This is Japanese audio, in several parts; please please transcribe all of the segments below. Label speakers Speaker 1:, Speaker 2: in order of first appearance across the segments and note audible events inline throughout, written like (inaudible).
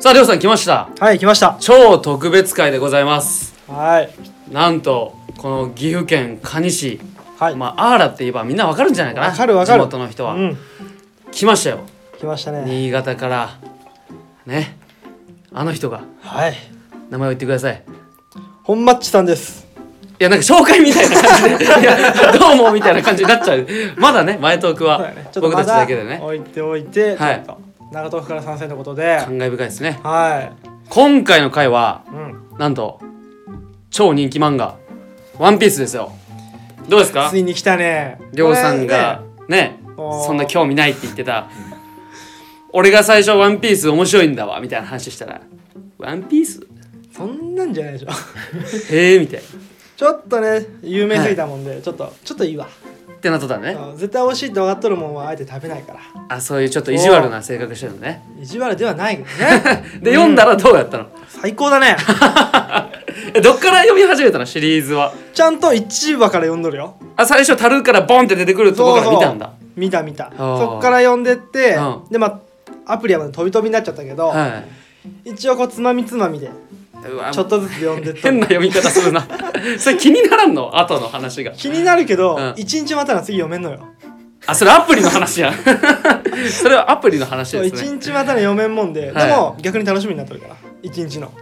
Speaker 1: さあ、りょうさん来ました。
Speaker 2: はい、来ました。
Speaker 1: 超特別会でございます。
Speaker 2: はい。
Speaker 1: なんと、この岐阜県蟹市、
Speaker 2: はい。
Speaker 1: まあ、アーラって言えばみんなわかるんじゃないかな。
Speaker 2: わかるわかる。
Speaker 1: 地元の人は。
Speaker 2: うん。
Speaker 1: 来ましたよ。
Speaker 2: 来ましたね。
Speaker 1: 新潟から、ね、あの人が、
Speaker 2: はい。
Speaker 1: 名前を言ってください。
Speaker 2: 本マッチさんです。
Speaker 1: いやなんか紹介みたいな感じ
Speaker 2: (laughs)
Speaker 1: でいやどうもみたいな感じになっちゃうまだね前トークは僕たちだけでね
Speaker 2: 置いておいて、
Speaker 1: はい
Speaker 2: ちょっと長豆腐から参戦ということで。
Speaker 1: 感慨深いですね
Speaker 2: は。
Speaker 1: 今回の回はい
Speaker 2: うん。
Speaker 1: なんと超人気漫画「ワンピースですよどうですか
Speaker 2: ついに来たね。
Speaker 1: りょうさんが
Speaker 2: こ
Speaker 1: ね
Speaker 2: おー
Speaker 1: そんな興味ないって言ってた俺が最初「ワンピース面白いんだわみたいな話したら「ワンピース
Speaker 2: れね。そんなんじゃないでしょ。 (laughs)
Speaker 1: へえ」みたいな
Speaker 2: ちょっとね、有名すぎたもんで、ちょっと、ちょっといいわ。
Speaker 1: ってなっとったのね
Speaker 2: うん絶対美味しいって分かっとるもんはあえて食べないから。
Speaker 1: あそういうちょっと意地悪な性格してるのね
Speaker 2: 意地悪ではないけどね。
Speaker 1: (laughs) で読んだらどうやったの
Speaker 2: 最高だね。
Speaker 1: えどっから読み始めたのシリーズは
Speaker 2: ちゃんと1話から読んどるよ。
Speaker 1: あ最初樽からボンって出てくるところから見たんだ
Speaker 2: 見た見た
Speaker 1: あー
Speaker 2: そっから読んでって、
Speaker 1: う
Speaker 2: でまあアプリはまだ飛び飛びになっちゃったけど、
Speaker 1: は
Speaker 2: 一応こうつまみつまみで
Speaker 1: い、うわ
Speaker 2: ちょっとずつ読んでっと
Speaker 1: 変な
Speaker 2: る
Speaker 1: 読み方するな (laughs) それ気にならんの後の話が
Speaker 2: 気になるけど、
Speaker 1: うん
Speaker 2: 一日待たら次読めんのよ
Speaker 1: あそれアプリの話
Speaker 2: (laughs)
Speaker 1: やんそれはアプリの話
Speaker 2: そう
Speaker 1: で
Speaker 2: 一、
Speaker 1: すね
Speaker 2: 日待たら読めんもんで、
Speaker 1: はい
Speaker 2: でも逆に楽しみになっとるから一日の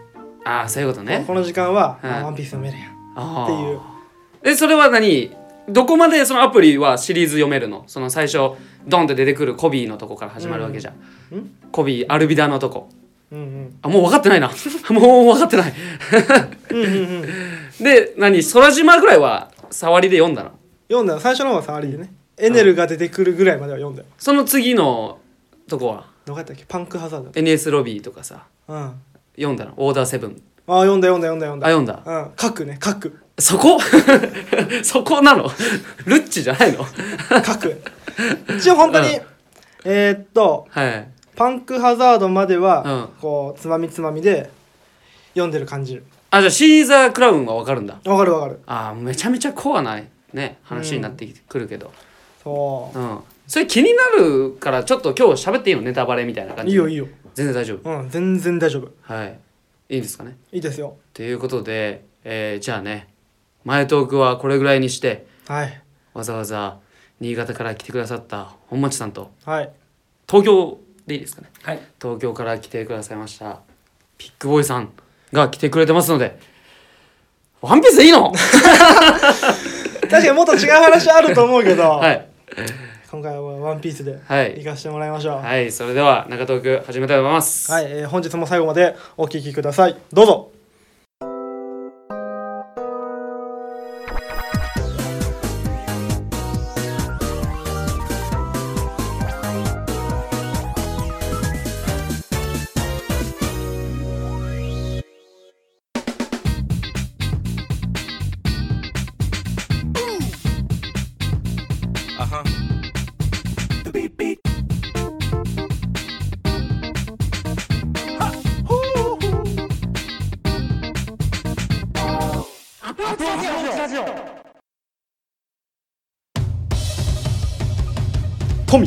Speaker 1: ああそういうことね
Speaker 2: この時間は、
Speaker 1: うん
Speaker 2: あワンピース読めるやん
Speaker 1: あ
Speaker 2: っていう
Speaker 1: ーえそれは何どこまでそのアプリはシリーズ読めるのその最初ドンって出てくるコビーのとこから始まるわけじゃん、
Speaker 2: うんん
Speaker 1: コビーアルビダのとこ
Speaker 2: うん
Speaker 1: あもう分かってない (laughs) なもう分かってない
Speaker 2: うんうんうんうん
Speaker 1: で何空島ぐらいは触りで読んだの
Speaker 2: 読んだの最初の方は触りでねエネルが出てくるぐらいまでは読んだよ、
Speaker 1: その次のとこは
Speaker 2: どこやったっけパンクハザード
Speaker 1: NS ロビーとかさ
Speaker 2: うんあ
Speaker 1: 読んだのオーダーセブン
Speaker 2: あ読んだ読んだ読んだ読ん
Speaker 1: あ
Speaker 2: だ
Speaker 1: 読んだ
Speaker 2: うん書くね書く (laughs)
Speaker 1: そこ (laughs) そこなのルッチじゃないの
Speaker 2: 書く一応本当に、
Speaker 1: う
Speaker 2: えーっと
Speaker 1: はい
Speaker 2: パンクハザードまでは、
Speaker 1: う
Speaker 2: こうつまみつまみで読んでる感じ
Speaker 1: あじゃあシーザークラウンはわかるんだ
Speaker 2: わかるわかる
Speaker 1: あーめちゃめちゃコアなね話になってくるけど
Speaker 2: そ
Speaker 1: うん、それ気になるからちょっと今日喋っていいのネタバレみたいな感
Speaker 2: うい
Speaker 1: じ
Speaker 2: いよいいよ
Speaker 1: 全然大丈夫
Speaker 2: うん全然大丈夫
Speaker 1: はいいいですかね
Speaker 2: いいですよ
Speaker 1: ということで、えーじゃあね前トークはこれぐらいにして
Speaker 2: はい
Speaker 1: わざわざ新潟から来てくださった本町さんと
Speaker 2: はい
Speaker 1: 東京でいいですかね
Speaker 3: はい、
Speaker 1: 東京から来てくださいましたピックボーイさんが来てくれてますのでワンピースでいいの
Speaker 2: 確かにもっと違う話あると思うけど、
Speaker 1: はい
Speaker 2: 今回はワンピースで
Speaker 1: は
Speaker 2: 行
Speaker 1: い
Speaker 2: かしてもらいましょうはい、
Speaker 1: はいそれでは中東区始めたいと思います、
Speaker 2: えー本日も最後までお聞きくださいどうぞ富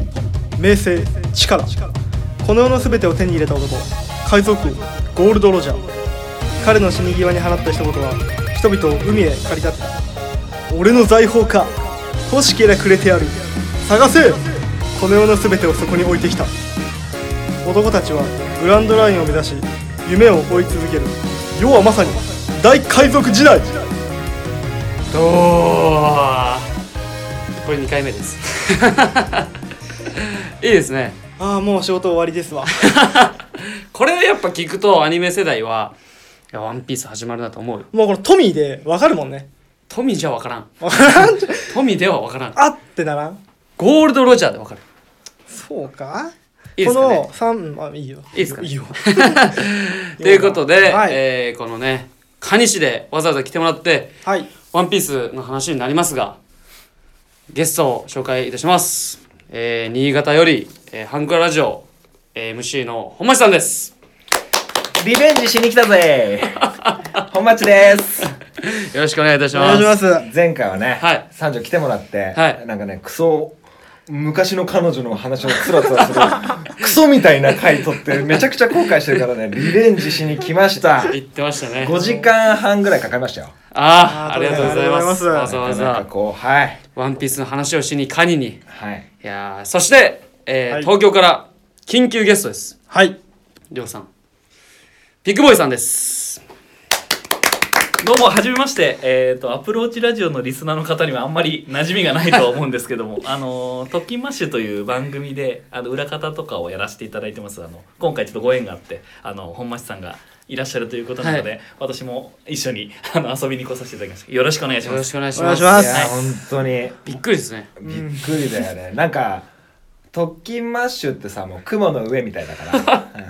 Speaker 2: 名声力この世の全てを手に入れた男海賊王ゴールド・ロジャー彼の死に際に放った一言は人々を海へ駆り立った俺の財宝か欲しけりゃくれてやる探せこの世の全てをそこに置いてきた男たちはグランドラインを目指し夢を追い続ける世はまさに大海賊時代
Speaker 1: これ2回目です (laughs) いいですね
Speaker 2: ああもう仕事終わりですわ
Speaker 1: これやっぱ聞くとアニメ世代はいやワンピース始まるなと思うよ
Speaker 2: もうこのトミーでわかるもんね
Speaker 1: 富じゃ分からん富では分からん
Speaker 2: あってならん
Speaker 1: ゴールドロジャーで分かる
Speaker 2: そうか
Speaker 1: いいですかね
Speaker 2: この三あいいよ
Speaker 1: いいですかね
Speaker 2: いいよ
Speaker 1: ということで、
Speaker 2: はい、
Speaker 1: えーこのね蟹市でわざわざ来てもらって
Speaker 2: はい、
Speaker 1: ワンピースの話になりますが、ゲストを紹介いたします。えー、新潟より、えー、ハンクララジオ、えー、MC の本町さんです。
Speaker 3: リベンジしに来た
Speaker 1: (laughs)
Speaker 3: ぜ本町です
Speaker 1: よろしくお願いいたし
Speaker 2: お
Speaker 1: ま
Speaker 2: 願い
Speaker 1: す。
Speaker 2: します
Speaker 3: 前回はね、
Speaker 1: はい
Speaker 3: 三条来てもらって、
Speaker 1: はい
Speaker 3: なんかねクソ昔の彼女の話をつらつ
Speaker 1: (laughs)
Speaker 3: らするクソみたいな回取ってめちゃくちゃ後悔してるからねリベンジしに来ました
Speaker 1: (laughs) 言ってましたね
Speaker 3: 5時間半ぐらいかかりましたよ
Speaker 1: あああ
Speaker 2: あ
Speaker 1: り
Speaker 2: り
Speaker 1: が
Speaker 2: が
Speaker 1: と
Speaker 2: と
Speaker 1: うござい
Speaker 2: うござい
Speaker 1: ま
Speaker 2: ます
Speaker 1: すわざわ
Speaker 3: なんか
Speaker 1: ざ
Speaker 3: こうはい
Speaker 1: ワンピースの話をしにカニに
Speaker 3: はい
Speaker 1: いやーそして、えー
Speaker 2: はい
Speaker 1: 東京から緊急ゲストです
Speaker 2: はい
Speaker 1: りょうさんビッグボーイさんです
Speaker 4: どうも、はじめまして。えっ、と、アプローチラジオのリスナーの方にはあんまり馴染みがないとは思うんですけ
Speaker 1: (laughs)
Speaker 4: ども、あのー、トッキンマッシュという番組で、あの、裏方とかをやらせていただいてます。あの、今回ちょっとご縁があって、あの、本町さんがいらっしゃるということなので、
Speaker 1: は
Speaker 4: 私も一緒に、あの、遊びに来させていただきました。よろしくお願いし
Speaker 1: よ
Speaker 4: ま
Speaker 1: ろ
Speaker 4: す。
Speaker 1: しくお願いし
Speaker 2: お願
Speaker 1: ま
Speaker 2: い
Speaker 1: す
Speaker 2: しま
Speaker 1: い
Speaker 2: す
Speaker 1: や
Speaker 3: いや本当に
Speaker 1: びっくりですね
Speaker 3: びっくりだよね、なんか特勤マッシュってさもう雲の上みたい
Speaker 1: (laughs)
Speaker 3: だから、うん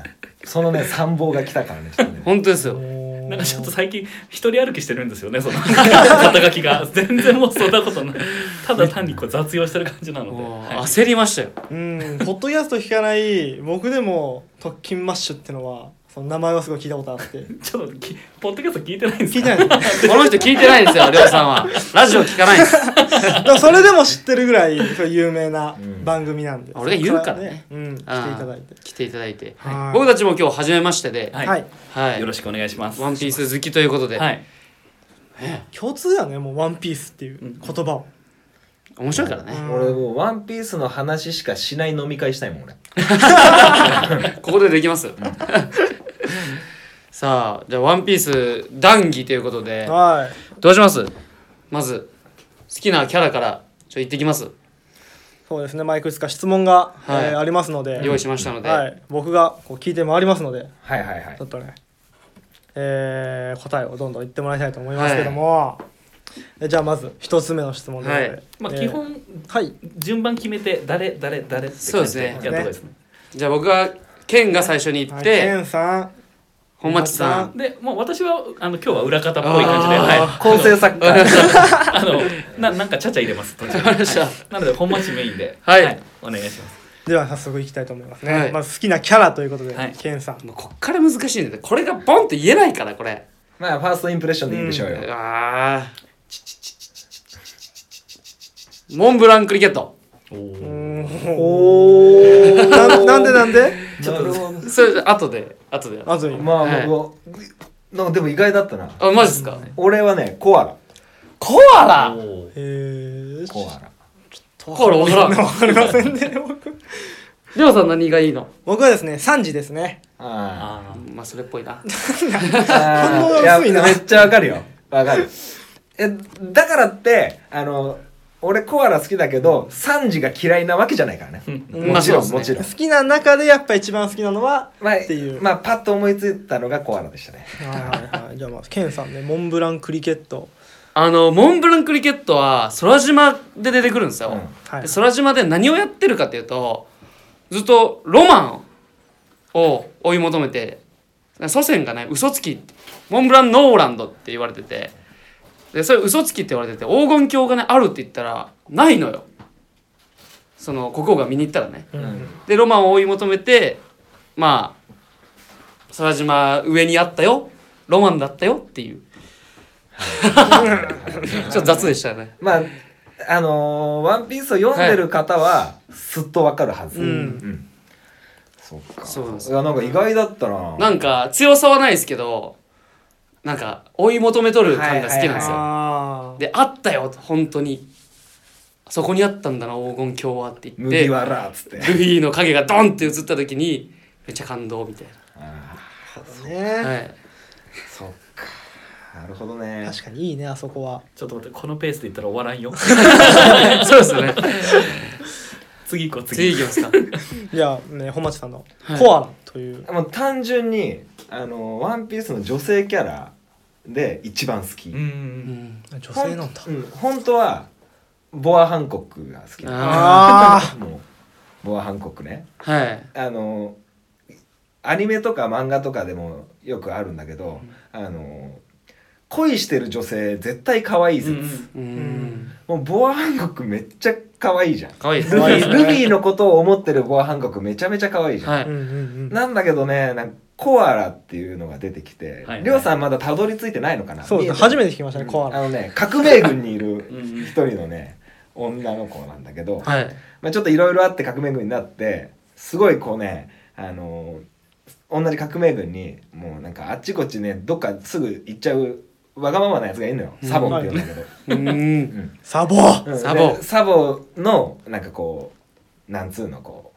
Speaker 3: そのね参謀が来たからねちょっとね
Speaker 1: 本当ですよ
Speaker 4: なんかちょっと最近、一人歩きしてるんですよね、
Speaker 1: (laughs)
Speaker 4: その、肩書きが。全然もうそんなことない。ただ単にこう雑用してる感じなので。
Speaker 1: もう
Speaker 4: はい
Speaker 1: 焦りましたよ
Speaker 2: うんポッドキャスト聞かない僕でも特勤マッシュってのはその名前はすごい聞いたことあって (laughs)
Speaker 4: ちょっとき、ポッドキャスト聞いてないんですか
Speaker 2: 聞いてないの
Speaker 1: この人聞いてないんですよりょうさん (laughs) はラジオ聞かないんです
Speaker 2: でもそれでも知ってるぐらいそう有名な番組なんで、
Speaker 1: うん俺が言うからね
Speaker 2: そこうん、来ていただいて
Speaker 1: 来ていただいて
Speaker 2: はい
Speaker 1: 僕たちも今日初めましてで
Speaker 4: は
Speaker 2: はいい。
Speaker 1: はい
Speaker 4: よろしくお願いします。
Speaker 1: ワンピース好きということで
Speaker 4: はい。
Speaker 2: 共通だよねもう「ワンピースっていう言葉を、
Speaker 1: 面白いからね
Speaker 3: 俺もう「ワンピースの話しかしない飲み会したいもん俺
Speaker 1: ここでできます (laughs) さあじゃあ「ワンピース談義ということで
Speaker 2: はい
Speaker 1: どうしますまず好きなキャラからちょいってきます
Speaker 2: そうですねまあいくつか質問が、
Speaker 1: はい
Speaker 2: えーありますので
Speaker 1: 用意しましたので、
Speaker 2: はい、僕がこう聞いて回りますので
Speaker 3: はいはいはい
Speaker 2: ちょっとね、えー答えをどんどん言ってもらいたいと思いますけども、えじゃあまず一つ目の質問で、
Speaker 1: はい
Speaker 4: まあ、
Speaker 2: えー
Speaker 4: 基本
Speaker 2: はい
Speaker 4: 順番決めて誰誰誰って
Speaker 1: そうですね
Speaker 4: やった方がいいですね
Speaker 1: じゃあ僕はケンが最初に行っ
Speaker 2: ケ
Speaker 1: て
Speaker 2: ンさん
Speaker 1: 本町さん
Speaker 4: でもう私はあの今日は裏方っぽい感じで
Speaker 1: あー
Speaker 4: はい
Speaker 3: 構成作家
Speaker 4: (laughs) あのななんかちゃちゃ入れます途中で
Speaker 1: わかりました
Speaker 4: なので本町メインで
Speaker 1: は
Speaker 4: はいお願いします
Speaker 2: では早速いきたいと思いますね、
Speaker 1: はい
Speaker 2: まず好きなキャラということで、
Speaker 4: はい
Speaker 2: ケンさん
Speaker 1: もうこっから難しいんでこれがボンって言えないからこれ
Speaker 3: (laughs) まあファーストインプレッションでいいでしょうよ、
Speaker 1: あーモンブランクリケット
Speaker 2: おおななんでなんで
Speaker 3: ちょっと
Speaker 1: それ後で後で
Speaker 2: まずい
Speaker 3: まあ、
Speaker 1: はい
Speaker 3: 僕なんかでも意外だったな
Speaker 1: あマジですか
Speaker 3: 俺はねコアラ
Speaker 1: コアラ
Speaker 2: えー、
Speaker 3: コアラ
Speaker 1: コアラわからん
Speaker 2: わかりませんね僕
Speaker 1: りょうさん何がいいの
Speaker 2: 僕はですね3時ですね
Speaker 3: あ
Speaker 4: あ
Speaker 1: まあそれっぽいな
Speaker 3: ーあ
Speaker 2: 反応
Speaker 3: ー
Speaker 2: が薄い
Speaker 3: や
Speaker 2: な
Speaker 3: めっちゃわかるよわかるえだからってあの俺コアラ好きだけどサンジが嫌いなわけじゃないからね
Speaker 2: うん
Speaker 3: もちろん、
Speaker 1: まあ
Speaker 3: も
Speaker 1: そ
Speaker 3: ち
Speaker 1: う
Speaker 3: ろ
Speaker 2: 好
Speaker 3: ん
Speaker 2: きな中でやっぱ一番好きなのは
Speaker 3: まあ
Speaker 2: っていう、
Speaker 3: まあパッと思いついたのがコアラでしたね
Speaker 2: はいはいはいじゃあまあケンさんねモンブランクリケット
Speaker 1: あのモンブランクリケットは空島で出てくるんですよ、
Speaker 3: うん
Speaker 2: はい
Speaker 1: で空島で何をやってるかっていうとずっとロマンを追い求めて祖先がね嘘つきモンブランノーランドって言われててでそれ嘘つきって言われてて黄金鏡がねあるって言ったらないのよその国王が見に行ったらね
Speaker 3: うん
Speaker 1: でロマンを追い求めてまあ空島上にあったよロマンだったよっていうちょっと雑でしたよね
Speaker 3: まああのーワンピース」を読んでる方はすっとわかるはず、
Speaker 2: うん
Speaker 3: うんそっか
Speaker 1: そうなんです
Speaker 3: いやなんか意外だったな
Speaker 1: なんか強さはないですけどなんか追い求めとる感が好きなんですよ、
Speaker 2: あ
Speaker 1: であったよ本当にそこにあったんだな黄金鏡はって言って
Speaker 3: 麦
Speaker 1: ル
Speaker 3: わらっつって
Speaker 1: フィの影がドンって映った時にめっちゃ感動みたい
Speaker 3: あ
Speaker 2: あね、
Speaker 1: な、はい、
Speaker 3: ーそっかなるほどね
Speaker 2: 確かにいいねあそこは
Speaker 4: ーちょっと待ってこのペースでいったら終わ
Speaker 1: (laughs)
Speaker 4: らんよ
Speaker 1: そうですよね
Speaker 4: 次行こう次
Speaker 1: 次いきますか
Speaker 2: じゃあね本町さんのコアラという、
Speaker 3: もう単純に「あのーワンピースの女性キャラで一番好き、
Speaker 4: うー
Speaker 1: うんん
Speaker 2: 女性なんだ
Speaker 3: ほんうん本当はボア・ハンコックが好きな
Speaker 2: あ
Speaker 3: もうボア・ハンコックね
Speaker 1: はい
Speaker 3: あのアニメとか漫画とかでもよくあるんだけど、あの恋してる女性絶対可愛い説、
Speaker 4: うん
Speaker 1: うーん
Speaker 3: もうボア・ハンコックめっちゃ可愛いじゃん
Speaker 1: かわいいです
Speaker 3: ル
Speaker 1: ね
Speaker 2: 可愛いですね
Speaker 3: ビーのことを思ってるボア・ハンコックめちゃめちゃ可愛いじゃん、
Speaker 1: は
Speaker 2: あう
Speaker 1: い
Speaker 2: んうんうん
Speaker 3: なんだけどねなんかコアラっていうのが出てきて、
Speaker 4: はい
Speaker 3: りょうさんまだたどり着いてないのかな
Speaker 2: そうですね
Speaker 3: 見え
Speaker 2: 初めて聞きましたねコア
Speaker 3: あ
Speaker 2: ラ
Speaker 3: のね革命軍にいる
Speaker 4: うん
Speaker 3: 一人のね女の子なんだけど、
Speaker 1: はい
Speaker 3: まあ、ちょっといろいろあって革命軍になってすごいこうねあの同じ革命軍にもうなんかあっちこっちねどっかすぐ行っちゃうわがままなやつがいるのよサボンって言うんだけど、
Speaker 1: うん
Speaker 3: うん
Speaker 2: サボー
Speaker 3: うん
Speaker 1: サボ
Speaker 3: でサボのなんかこうなんつうのこ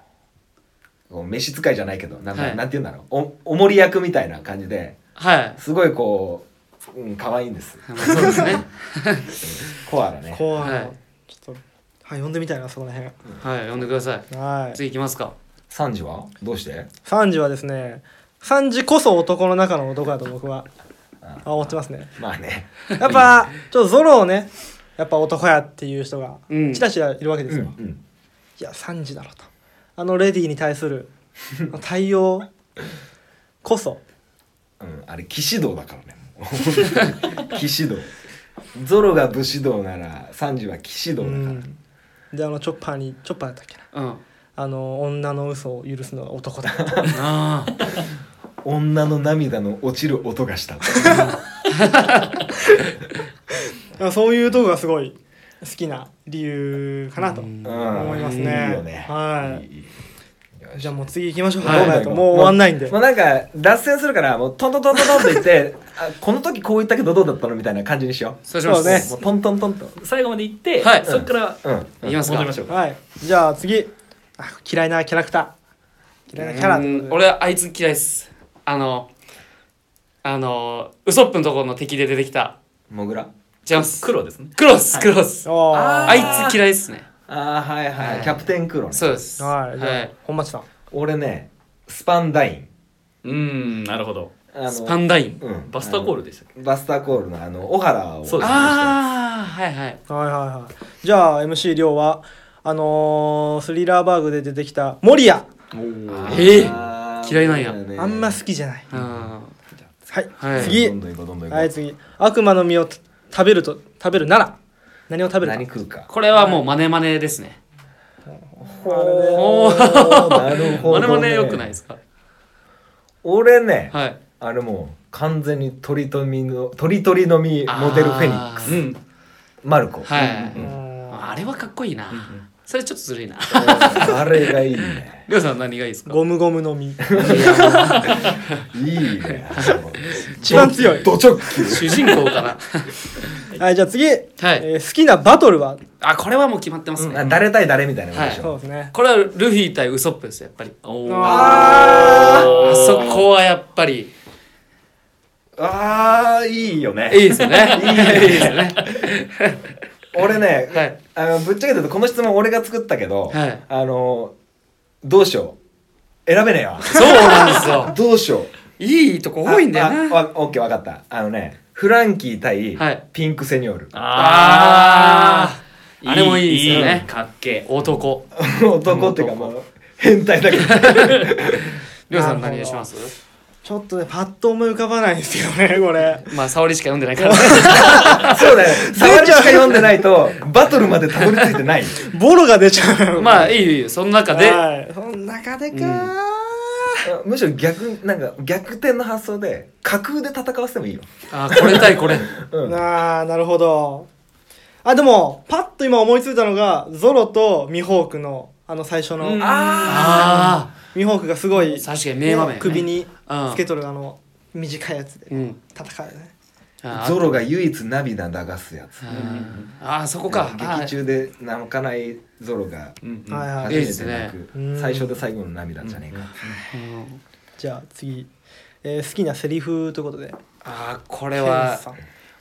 Speaker 3: うこう召使いじゃないけどなんか、
Speaker 1: はい
Speaker 3: なんて言うんだろうおおもり役みたいな感じで
Speaker 1: はい
Speaker 3: すごいこう、うん、可愛いんです
Speaker 1: まあそうですね
Speaker 3: コアラね
Speaker 2: 怖い、
Speaker 1: はい
Speaker 2: ちょっとはい読んでみたいなそこら辺
Speaker 1: はい読んでください
Speaker 2: はい
Speaker 1: 次いきますか
Speaker 3: サンジはどうして
Speaker 2: サンジはですねサンジこそ男の中の男だと僕は
Speaker 3: あ
Speaker 2: 思ってますね
Speaker 3: まあね
Speaker 2: やっぱちょっとゾロをねやっぱ男やっていう人が
Speaker 1: うん
Speaker 2: ちらちらいるわけで
Speaker 3: う
Speaker 2: す
Speaker 3: ん
Speaker 2: よ、
Speaker 3: うん
Speaker 2: いや3時だろとあのレディーに対する対応こそ
Speaker 3: うん、あれ騎士道だからね (laughs) もう騎士道ゾロが武士道ならサンジは騎士道だから、
Speaker 2: うんであのチョッパーにチョッパーだったっけな
Speaker 1: うんあ
Speaker 2: あの女の嘘を許すのは男だ
Speaker 1: あ
Speaker 3: 女の涙の落ちる音がした
Speaker 2: あそういうとこがすごい好きな理由かなと
Speaker 1: うん
Speaker 2: 思いますね
Speaker 3: いいよね。
Speaker 2: はい
Speaker 3: いいいいよし
Speaker 2: じゃあもう次行きましょう、
Speaker 1: はい
Speaker 2: どうなるともう終わんないんで、
Speaker 3: もうなんか脱線するからもうトントントントントンって言ってあこの時こう言ったけどどうだったのみたいな感じにしよ
Speaker 1: そうします
Speaker 2: そうね
Speaker 3: うもうトントントンと
Speaker 4: 最後まで行って、
Speaker 1: はい
Speaker 4: そこから
Speaker 3: うん
Speaker 1: いきますか
Speaker 4: 戻りましょう
Speaker 2: はいじゃあ次あ嫌いなキャラクター嫌いなキャラって
Speaker 1: うん
Speaker 2: ことで
Speaker 1: 俺あいつ嫌いっすあのあのウソップのところの敵で出てきた
Speaker 3: モグラ
Speaker 1: 違います
Speaker 4: 黒ですね
Speaker 1: クロスクロス
Speaker 2: おー
Speaker 3: あ
Speaker 1: あいつ嫌いっすね
Speaker 3: あーはいはい、
Speaker 1: はい
Speaker 3: キャプテンクロね
Speaker 1: そうです
Speaker 2: はいじゃあ、
Speaker 1: はい
Speaker 2: 本町さん
Speaker 3: 俺ねスパンダイン
Speaker 4: うんなるほど
Speaker 3: あの
Speaker 1: スパンダイン
Speaker 3: うん
Speaker 4: バスターコールでしたっけ
Speaker 3: あのバスターコールのあの小原を
Speaker 4: そうです
Speaker 1: ああはいはい
Speaker 2: はいはいはいじゃあ MC 亮はあのー、スリラーバーグで出てきた守屋
Speaker 1: ええ
Speaker 3: あー
Speaker 1: 嫌いなんや
Speaker 3: ね
Speaker 2: あんま好きじゃない
Speaker 1: うん
Speaker 2: はい、
Speaker 1: はい
Speaker 2: 次
Speaker 3: どんどん行こうどんどん行こ
Speaker 2: は
Speaker 3: う
Speaker 2: い次悪魔の実をた食べると食べるなら何を食べるか
Speaker 3: 何食うか
Speaker 1: これはもうマネマネですね
Speaker 3: おーなるほ
Speaker 1: マネ
Speaker 3: ど、ね、
Speaker 1: マネ良くないですか
Speaker 3: 俺ね、
Speaker 1: はい
Speaker 3: あれもう完全に鳥とみの鳥鳥のみモデルフェニックス
Speaker 1: あー
Speaker 4: うん
Speaker 3: マルコ、
Speaker 1: はい
Speaker 2: うん
Speaker 1: あれはかっこいいなそれちょっとずるいな
Speaker 3: あれがいいね
Speaker 1: りょうさん何がいいですか
Speaker 2: ゴムゴムの実
Speaker 3: いいね
Speaker 2: 一番
Speaker 1: (laughs)
Speaker 2: 強い
Speaker 3: ド直球
Speaker 1: 主人公かな
Speaker 2: はいじゃあ次、え
Speaker 1: はい
Speaker 2: ー好きなバトルは
Speaker 1: あこれはもう決まってます
Speaker 3: あ
Speaker 1: ね
Speaker 3: 誰対誰みたいなことでし
Speaker 2: そう
Speaker 3: ょ、
Speaker 2: ですね
Speaker 1: これはルフィ対ウソップですよやっぱり
Speaker 4: おー
Speaker 3: あ
Speaker 1: あそこはやっぱり
Speaker 3: ーあーいいよ
Speaker 1: いい
Speaker 3: ね
Speaker 1: ですよねいいですよね
Speaker 3: 俺ね、
Speaker 1: (laughs) はい
Speaker 3: あのぶっちゃけて言うとこの質問俺が作ったけど、
Speaker 1: はい
Speaker 3: あのどうしよう選べね
Speaker 1: (laughs)
Speaker 3: えわ
Speaker 1: そうなんですよ
Speaker 3: どうしよう
Speaker 1: いいとこ多いんだよ
Speaker 3: あ
Speaker 1: な
Speaker 3: あわオッケーわかったあのねフランキー対
Speaker 1: はい
Speaker 3: ピンクセニョール、
Speaker 1: あーあれもいいですよね
Speaker 4: いいかっけえ
Speaker 1: 男
Speaker 3: 男っていうかもう変
Speaker 1: (laughs)
Speaker 3: 態だけど
Speaker 1: りょうさん何がします
Speaker 2: ちょっとねパッと思い浮かばないんですよねこれ
Speaker 1: まあ沙織しか読んでないからね
Speaker 3: そうだよ触りしか読んでないとバトルまでたどり着いて
Speaker 1: (laughs)
Speaker 3: ない
Speaker 2: ボロが出ちゃう
Speaker 1: まあいいよいいよその中で
Speaker 2: はい、その中でかー
Speaker 3: むしろ逆なんか逆転の発想で架空で戦わせてもいいよ、
Speaker 1: あこれ対これ
Speaker 3: うん、
Speaker 2: ああなるほどあでもパッと今思いついたのがゾロとミホークのあの最初の、
Speaker 4: うん
Speaker 1: あ
Speaker 2: ミホークがすごい、
Speaker 1: あ確かに名場面、ね、
Speaker 2: 首に
Speaker 1: うん
Speaker 2: つけとるあの短いやつで
Speaker 1: うん
Speaker 2: 戦うね、
Speaker 1: あ
Speaker 3: ゾロが唯一涙流すやつ
Speaker 1: うんあーそこかあー
Speaker 3: 劇中で泣かないゾロが
Speaker 4: うんうん
Speaker 2: はいはい
Speaker 3: 初めて泣く、
Speaker 2: うん
Speaker 3: 最初で最後の涙じゃねえか、
Speaker 1: うん
Speaker 2: じゃあ次、えー好きなセリフということで
Speaker 1: あーこれ
Speaker 2: ケン (laughs)
Speaker 1: は
Speaker 2: さん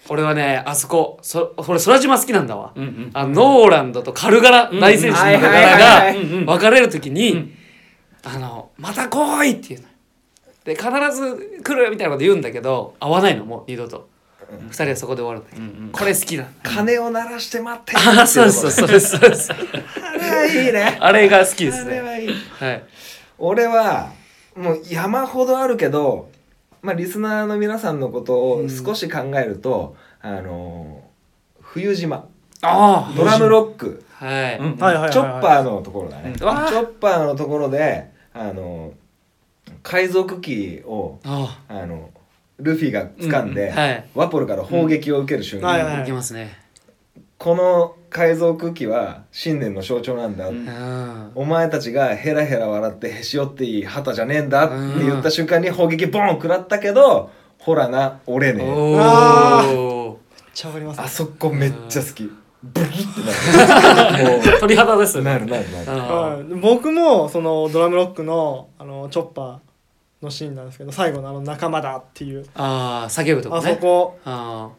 Speaker 1: 俺はねあそこそ俺空島好きなんだわ、
Speaker 4: うんうん
Speaker 1: あノーランドとカルガラ、
Speaker 4: ん
Speaker 1: 大戦士のカルガ
Speaker 3: はいはいは
Speaker 1: ラ
Speaker 3: い
Speaker 1: が
Speaker 4: うんうん
Speaker 1: 別れる時に「
Speaker 4: うん
Speaker 1: あのまた来い!」っていうので必ず来るみたいなこと言うんだけど会わないのもう二度と、二人はそこで終わるんだけど、
Speaker 4: うん
Speaker 1: これ好きなの
Speaker 3: 鐘を鳴らして待って
Speaker 1: あー
Speaker 3: (laughs)
Speaker 1: そうですそうそうですそうです
Speaker 3: あれはいいね
Speaker 1: あれが好きです
Speaker 3: あ
Speaker 1: ね
Speaker 3: れはいい
Speaker 1: はい
Speaker 3: 俺はもう山ほどあるけど、まあ、リスナーの皆さんのことを少し考えると、あの冬島
Speaker 1: あ
Speaker 3: ドラムロック
Speaker 1: あはい、
Speaker 4: うんうん
Speaker 2: はいはいはいはい
Speaker 3: チョッパーのところだね、
Speaker 4: うん
Speaker 3: チョ
Speaker 1: わあ
Speaker 3: ッパーのところであの海賊機を
Speaker 1: あ
Speaker 3: あのルフィが掴んで、
Speaker 1: あはい
Speaker 3: ワポルから砲撃を受ける瞬間、
Speaker 2: はいはい
Speaker 1: いけますね
Speaker 3: この改造空気は信念の象徴なんだ、
Speaker 4: うん
Speaker 1: うん
Speaker 3: お前たちがヘラヘラ笑ってへし折っていい旗じゃねえんだって言った瞬間に砲撃ボン食らったけどほらな折れねえ
Speaker 1: お
Speaker 2: あ
Speaker 1: ー
Speaker 2: ちゃわかります
Speaker 3: あそこめっちゃ好きブキッてなるも
Speaker 4: 鳥肌です
Speaker 3: うなるなるなる
Speaker 1: あ
Speaker 2: はい僕もそのドラムロックのあのチョッパーのシーンなんですけど最後のあの仲間だっていう
Speaker 1: あー叫ぶと
Speaker 2: あ
Speaker 1: こ
Speaker 2: そ
Speaker 1: ね
Speaker 2: こ、
Speaker 1: あ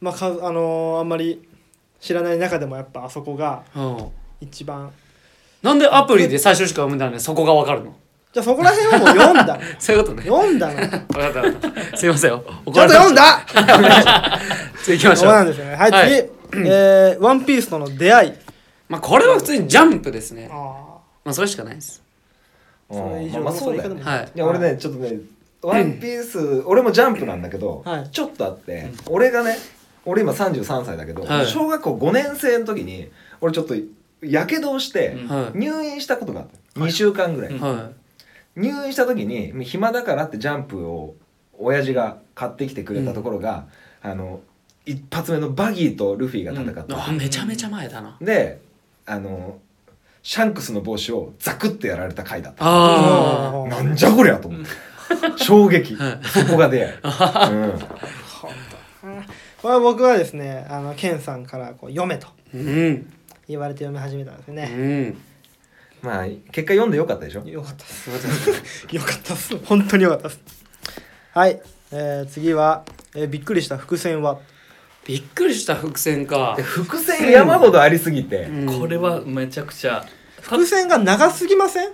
Speaker 2: まあかあのーあんまり知らない中でもやっぱあそこが
Speaker 1: あうん
Speaker 2: 一番
Speaker 1: なんでアプリで最初しか読めたのにそこがわかるの
Speaker 2: じゃあそこら辺はもう読んだ
Speaker 1: そういうことね
Speaker 2: 読んだなちょっ
Speaker 1: 分かった分かった (laughs) すいませんよ
Speaker 2: と
Speaker 1: 怒られ
Speaker 2: 読ん
Speaker 1: た
Speaker 2: だ
Speaker 1: じゃあ行きまし
Speaker 2: そう
Speaker 1: ょ
Speaker 2: なん
Speaker 1: う
Speaker 2: ですよねはい、
Speaker 1: はい
Speaker 2: 次、えーワンピースとの出会い
Speaker 1: まあこれは普通にジャンプですね
Speaker 2: あ
Speaker 1: まあそれしかないです
Speaker 2: それ以上
Speaker 3: まあ
Speaker 2: の
Speaker 3: まあそうだよ
Speaker 2: 言い
Speaker 3: ね
Speaker 2: 方も
Speaker 1: はい
Speaker 3: いや俺ねちょっとね「ワンピース俺もジャンプなんだけど、
Speaker 2: はい
Speaker 3: ちょっとあって俺がね俺今33歳だけど、
Speaker 1: はい
Speaker 3: 小学校5年生の時に俺ちょっとやけどをして
Speaker 4: うん
Speaker 1: は
Speaker 3: 入院したことがあった、2週間ぐらい、
Speaker 1: いは
Speaker 3: 入院した時に暇だからってジャンプを親父が買ってきてくれたところが、あの一発目のバギーとルフィが戦った、
Speaker 1: いあめちゃめちゃ前だな
Speaker 3: であのシャンクスの帽子をザクッてやられた回だった
Speaker 1: あ
Speaker 2: あ
Speaker 3: なんじゃこりゃと思って衝撃
Speaker 1: は
Speaker 3: そこが
Speaker 1: (laughs)
Speaker 3: 出会い、うん
Speaker 2: これは僕はですねあのケンさんからこう読めと
Speaker 1: ーうん
Speaker 2: 言われて読み始めたんですよ
Speaker 1: う
Speaker 2: ね、
Speaker 1: ん
Speaker 3: まあ結果読んでよかったでしょ
Speaker 2: よかったっすよかったっす本当によかったっすはい、えー、次は、えーびっくりした伏線は
Speaker 1: びっくりした伏線か
Speaker 3: で伏線山ほどありすぎて、い
Speaker 1: うん
Speaker 4: これはめちゃくちゃ
Speaker 2: 伏線が長すぎません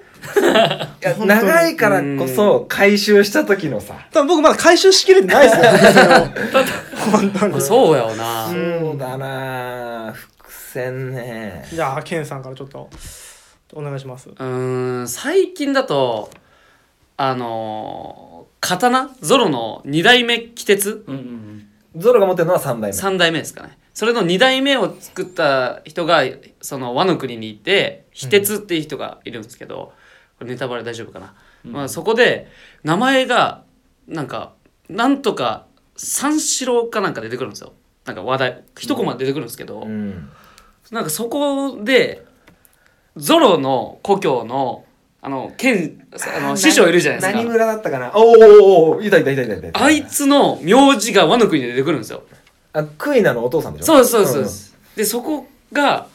Speaker 3: や
Speaker 2: 本当に
Speaker 3: 長いからこそ回収した時のさ
Speaker 2: 多分僕まだ回収しきれてないですよ伏線を本当
Speaker 1: (laughs) ま
Speaker 2: に
Speaker 1: あそうやわな
Speaker 3: そうだなあ伏線ね
Speaker 2: じゃあケンさんからちょっとお願いします
Speaker 1: うーん最近だとあのー刀ゾロの2代目鬼鉄
Speaker 4: うんうん
Speaker 3: ゾロが持ってるのは3代目
Speaker 1: 3代目ですかねそれの2代目を作った人がその和の国にいて「非鉄」っていう人がいるんですけど、これネタバレ大丈夫かな、
Speaker 4: うん
Speaker 1: まあ、そこで名前がなんかなんとか三四郎かなんか出てくるんですよなんか話題一コマ出てくるんですけど、
Speaker 3: うん
Speaker 1: なんかそこでゾロの故郷のあの剣あの師匠いるじゃないです
Speaker 3: 何
Speaker 1: か
Speaker 3: 村だったかなおーおーおーいたいたいたいたいた
Speaker 1: あいつの名字が和の国で出てくるんですよ
Speaker 3: あクイナのお父さんでしょ
Speaker 1: そうですそうですそうです、でそこが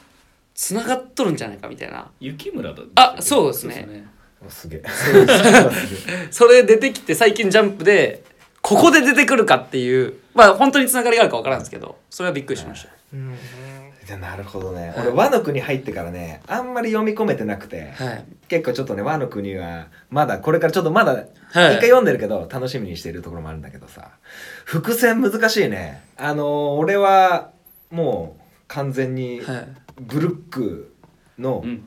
Speaker 1: つながっとるんじゃないかみたいな
Speaker 4: 雪村だ
Speaker 1: あそうですね
Speaker 3: うんすげえそう (laughs) ですすげえ
Speaker 1: それ出てきて最近ジャンプでここで出てくるかっていうまあ本当につながりがあるかわからんですけどそれはびっくりしました
Speaker 2: うん
Speaker 3: いやなるほどね俺和の国入ってからねあんまり読み込めてなくて
Speaker 1: はい、
Speaker 3: 結構ちょっとね和の国はまだこれからちょっとまだ一
Speaker 1: はい、
Speaker 3: 回読んでるけど楽しみにしているところもあるんだけどさ伏線難しいねあのー俺はもう完全に
Speaker 1: はい、
Speaker 3: ブルックの
Speaker 4: うん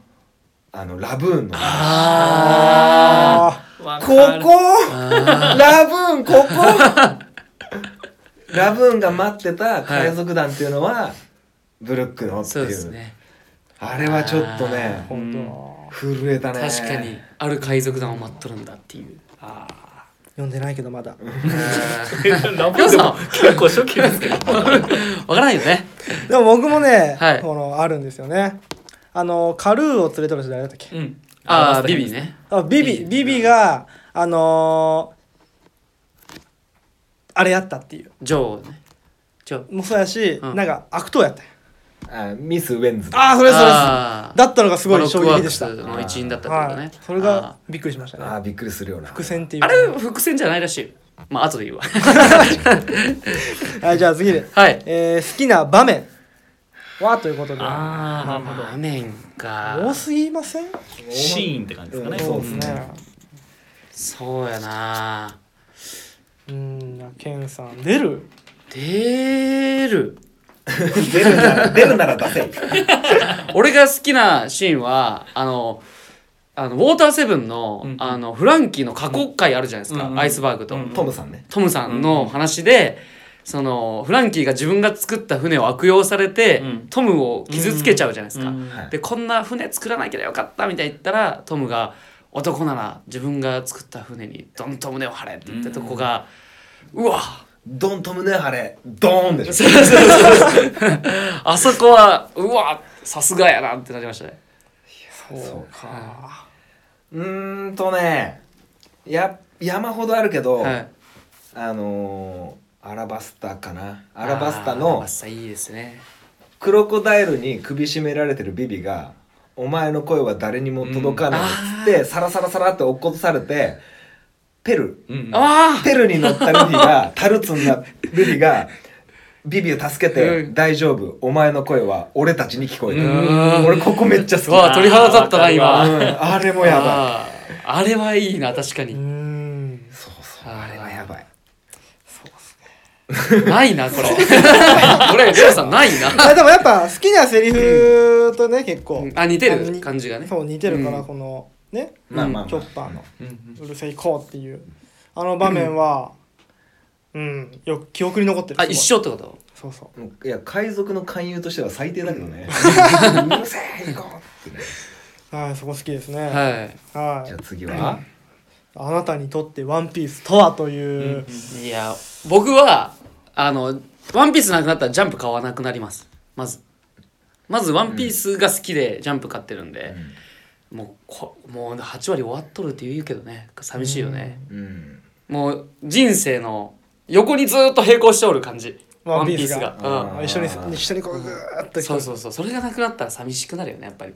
Speaker 3: あのラブーンの
Speaker 1: あ
Speaker 2: あ
Speaker 4: わ
Speaker 3: こ
Speaker 4: かる
Speaker 3: こ
Speaker 1: あ
Speaker 3: ラブーン
Speaker 1: (laughs)
Speaker 3: ここラブーンが待ってた海賊団っていうのはブルックのって
Speaker 1: そうで
Speaker 3: い
Speaker 1: す
Speaker 3: う
Speaker 1: ね
Speaker 3: あれはちょっとね
Speaker 4: ー
Speaker 2: 本当、
Speaker 3: 震えたね
Speaker 1: 確かにある海賊団を待っとるんだっていうああ
Speaker 2: 読んでないけどまだ
Speaker 4: (laughs) ラブでも結構初期ですけど
Speaker 1: わからんよね
Speaker 2: でも僕もね、
Speaker 1: はい
Speaker 2: このあるんですよねあのカルーを連れてる人誰だったっけ
Speaker 4: うん
Speaker 1: (laughs) ああビビね
Speaker 2: あビビビビがあのーあれやったっていう
Speaker 1: ジョーねジョー
Speaker 2: もそうやし、
Speaker 1: うん
Speaker 2: なんか悪党やったんや
Speaker 3: あミス・ウェンズ
Speaker 2: ああそれそれだ
Speaker 1: あー
Speaker 2: ったのがすごい衝撃でした、
Speaker 1: ロックワークスの一員だったってこと
Speaker 2: は
Speaker 1: ね
Speaker 2: い、それがびっくりしました
Speaker 3: あー
Speaker 2: ね
Speaker 3: びっくりするよな
Speaker 2: 伏線っていう
Speaker 1: あーあれ伏線じゃないらしいまあ後で言うわ
Speaker 2: はいじゃあ次で、
Speaker 1: (laughs) はい
Speaker 2: えー好きな場面はということで
Speaker 1: あ
Speaker 4: なる
Speaker 1: あ
Speaker 4: ほど
Speaker 1: 場面か
Speaker 2: 多すぎません
Speaker 4: シーンって感じですかね
Speaker 3: そうですね
Speaker 1: そうやな
Speaker 2: うんじゃあケンさん出る
Speaker 1: 出る
Speaker 3: 出るなら出るなら出せ
Speaker 1: 俺が好きなシーンはあのあのウォーターセブンの,、
Speaker 4: うんうん
Speaker 1: あのフランキーの過去回あるじゃないですか、
Speaker 4: うんうん
Speaker 1: アイスバーグと、
Speaker 4: うん
Speaker 3: トムさんね
Speaker 1: トムさんの話で、そのフランキーが自分が作った船を悪用されて、
Speaker 4: うん
Speaker 1: トムを傷つけちゃうじゃないですか。
Speaker 4: うん
Speaker 3: はい
Speaker 1: でこんな船作らなきゃよかったみたいに言ったらトムが「男なら自分が作った船にどんと胸を張れ」って言ったとこが、うわ
Speaker 3: ドンと胸張れドーンでし
Speaker 1: そうそうそうそうあそこはうわさすがやなってなりましたね
Speaker 3: ょそう
Speaker 1: か
Speaker 3: うーんとねや山ほどあるけど、
Speaker 1: はい
Speaker 3: あのーアラバスタかなア
Speaker 1: ア
Speaker 3: ラバスタ
Speaker 1: アラ
Speaker 3: の
Speaker 1: バスタいいですね
Speaker 3: クロコダイルに首絞められてるビビが「お前の声は誰にも届かない」っつって、サラサラサラって落っことされてペル
Speaker 4: うんうん
Speaker 1: あ
Speaker 3: ペルに乗ったルビがタルツになルビがビビを助けて「
Speaker 1: うん
Speaker 3: 大丈夫お前の声は俺たちに聞こえてる」
Speaker 1: うん
Speaker 3: 俺ここめっちゃ好き
Speaker 1: あわあ鳥肌立った
Speaker 4: わか
Speaker 1: な
Speaker 4: る
Speaker 1: 今
Speaker 4: わ
Speaker 1: あ
Speaker 3: うんあれもやばい
Speaker 1: ああれはいいな確か
Speaker 2: う
Speaker 1: に
Speaker 2: ん
Speaker 3: そうそうあれはやばい
Speaker 1: ないなこれ (laughs) これジョーさんないな
Speaker 2: あでもやっぱ好きなセリフとね結構
Speaker 1: あ似てる
Speaker 2: に
Speaker 1: 感じがね
Speaker 2: そう似てるから、
Speaker 1: うん
Speaker 2: このね
Speaker 3: まあまあまあ
Speaker 2: チョッパーの
Speaker 4: うんうん
Speaker 2: うるせえ行こうっていうあの場面はうんよく記憶に残ってる
Speaker 1: あ
Speaker 2: すごい
Speaker 1: 一緒ってこと
Speaker 2: そうそう
Speaker 3: いや海賊の勧誘としては最低だけどね。うるせえ行こうってね。
Speaker 2: はいそこ好きですねは、
Speaker 1: はい
Speaker 3: じゃあ次は。
Speaker 2: あなたにとってワンピースとはと
Speaker 4: うんう
Speaker 2: い
Speaker 4: ん
Speaker 2: う、
Speaker 1: いいや僕はあのワンピースなくなったらジャンプ買わなくなりますまずまずワンピースが好きでジャンプ買ってるんで、もうこもう8割終わっとるって言うけどね寂しいよね、
Speaker 3: うん。
Speaker 1: もう人生の横にずっと並行しておる感じ
Speaker 2: ワ
Speaker 1: ワ
Speaker 2: ン
Speaker 1: ン
Speaker 2: ピ
Speaker 1: ピ
Speaker 2: ー
Speaker 1: ー
Speaker 2: ス
Speaker 1: ス
Speaker 2: が
Speaker 1: が
Speaker 3: あ
Speaker 2: 一緒に
Speaker 3: ー
Speaker 2: 一緒にこうグーッ
Speaker 1: う
Speaker 2: と
Speaker 1: ん、そうそううそうそれがなくなったら寂しくなるよねやっぱり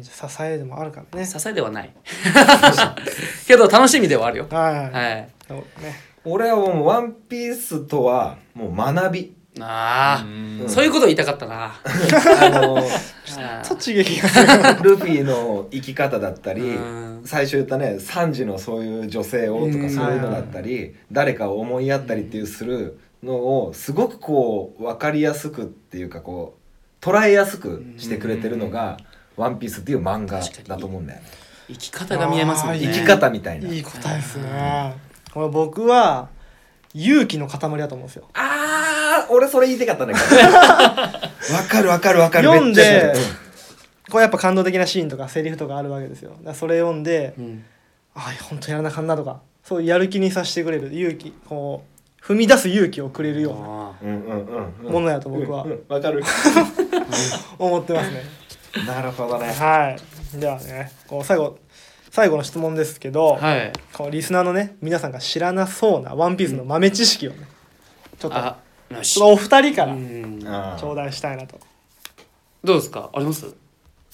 Speaker 2: じゃあ支えでもあるからね
Speaker 1: 支えではない (laughs) けど楽しみではあるよ
Speaker 2: はい、
Speaker 1: はい
Speaker 2: そうね
Speaker 3: 俺はもうワンピースとはもう学び。
Speaker 1: ああ、
Speaker 3: うん
Speaker 1: そういうこと言いたかったな
Speaker 3: あの
Speaker 1: あ
Speaker 2: ちょ
Speaker 1: ー
Speaker 2: っと刺激がする
Speaker 3: (laughs) ルフィの生き方だったり
Speaker 1: うん、
Speaker 3: 最初言ったね、サンジのそういう女性をと
Speaker 1: う
Speaker 3: か
Speaker 1: ん
Speaker 3: そういうのだったり、誰かを思いやったりっていうするのをすごくこう分かりやすくっていうかこう捉えやすくしてくれてるのが。ワンピースっていう漫画だと思うんだよね。
Speaker 1: 生き方が見えますもんね
Speaker 2: あー
Speaker 3: 生き方みたいな。
Speaker 2: いい答えですねこれ僕は勇気の塊だと思うんですよ
Speaker 3: あー俺それ言いたかったんだけどわかるわかるわかる
Speaker 2: 読んで
Speaker 3: めっちゃ
Speaker 2: これやっぱ感動的なシーンとかセリフとかあるわけですよだからそれ読んで、
Speaker 1: うん
Speaker 2: ああ本当やらなあかんなとかそういうやる気にさせてくれる勇気こう踏み出す勇気をくれるような
Speaker 1: あ
Speaker 3: うんうんうんうん
Speaker 2: ものやと僕は
Speaker 3: うんうんわかる
Speaker 2: 思ってますね
Speaker 3: (laughs) なるほどね
Speaker 2: はいではねこう最後最後の質問ですけど、
Speaker 1: ーはい
Speaker 2: こうリスナーのね皆さんが知らなそうな「ワンピースの豆知識をねちょっと
Speaker 1: あよし
Speaker 2: ちょっとお二人か
Speaker 1: う
Speaker 2: ら
Speaker 1: ん
Speaker 3: あー
Speaker 2: 頂戴したいなと、
Speaker 1: どうですかあります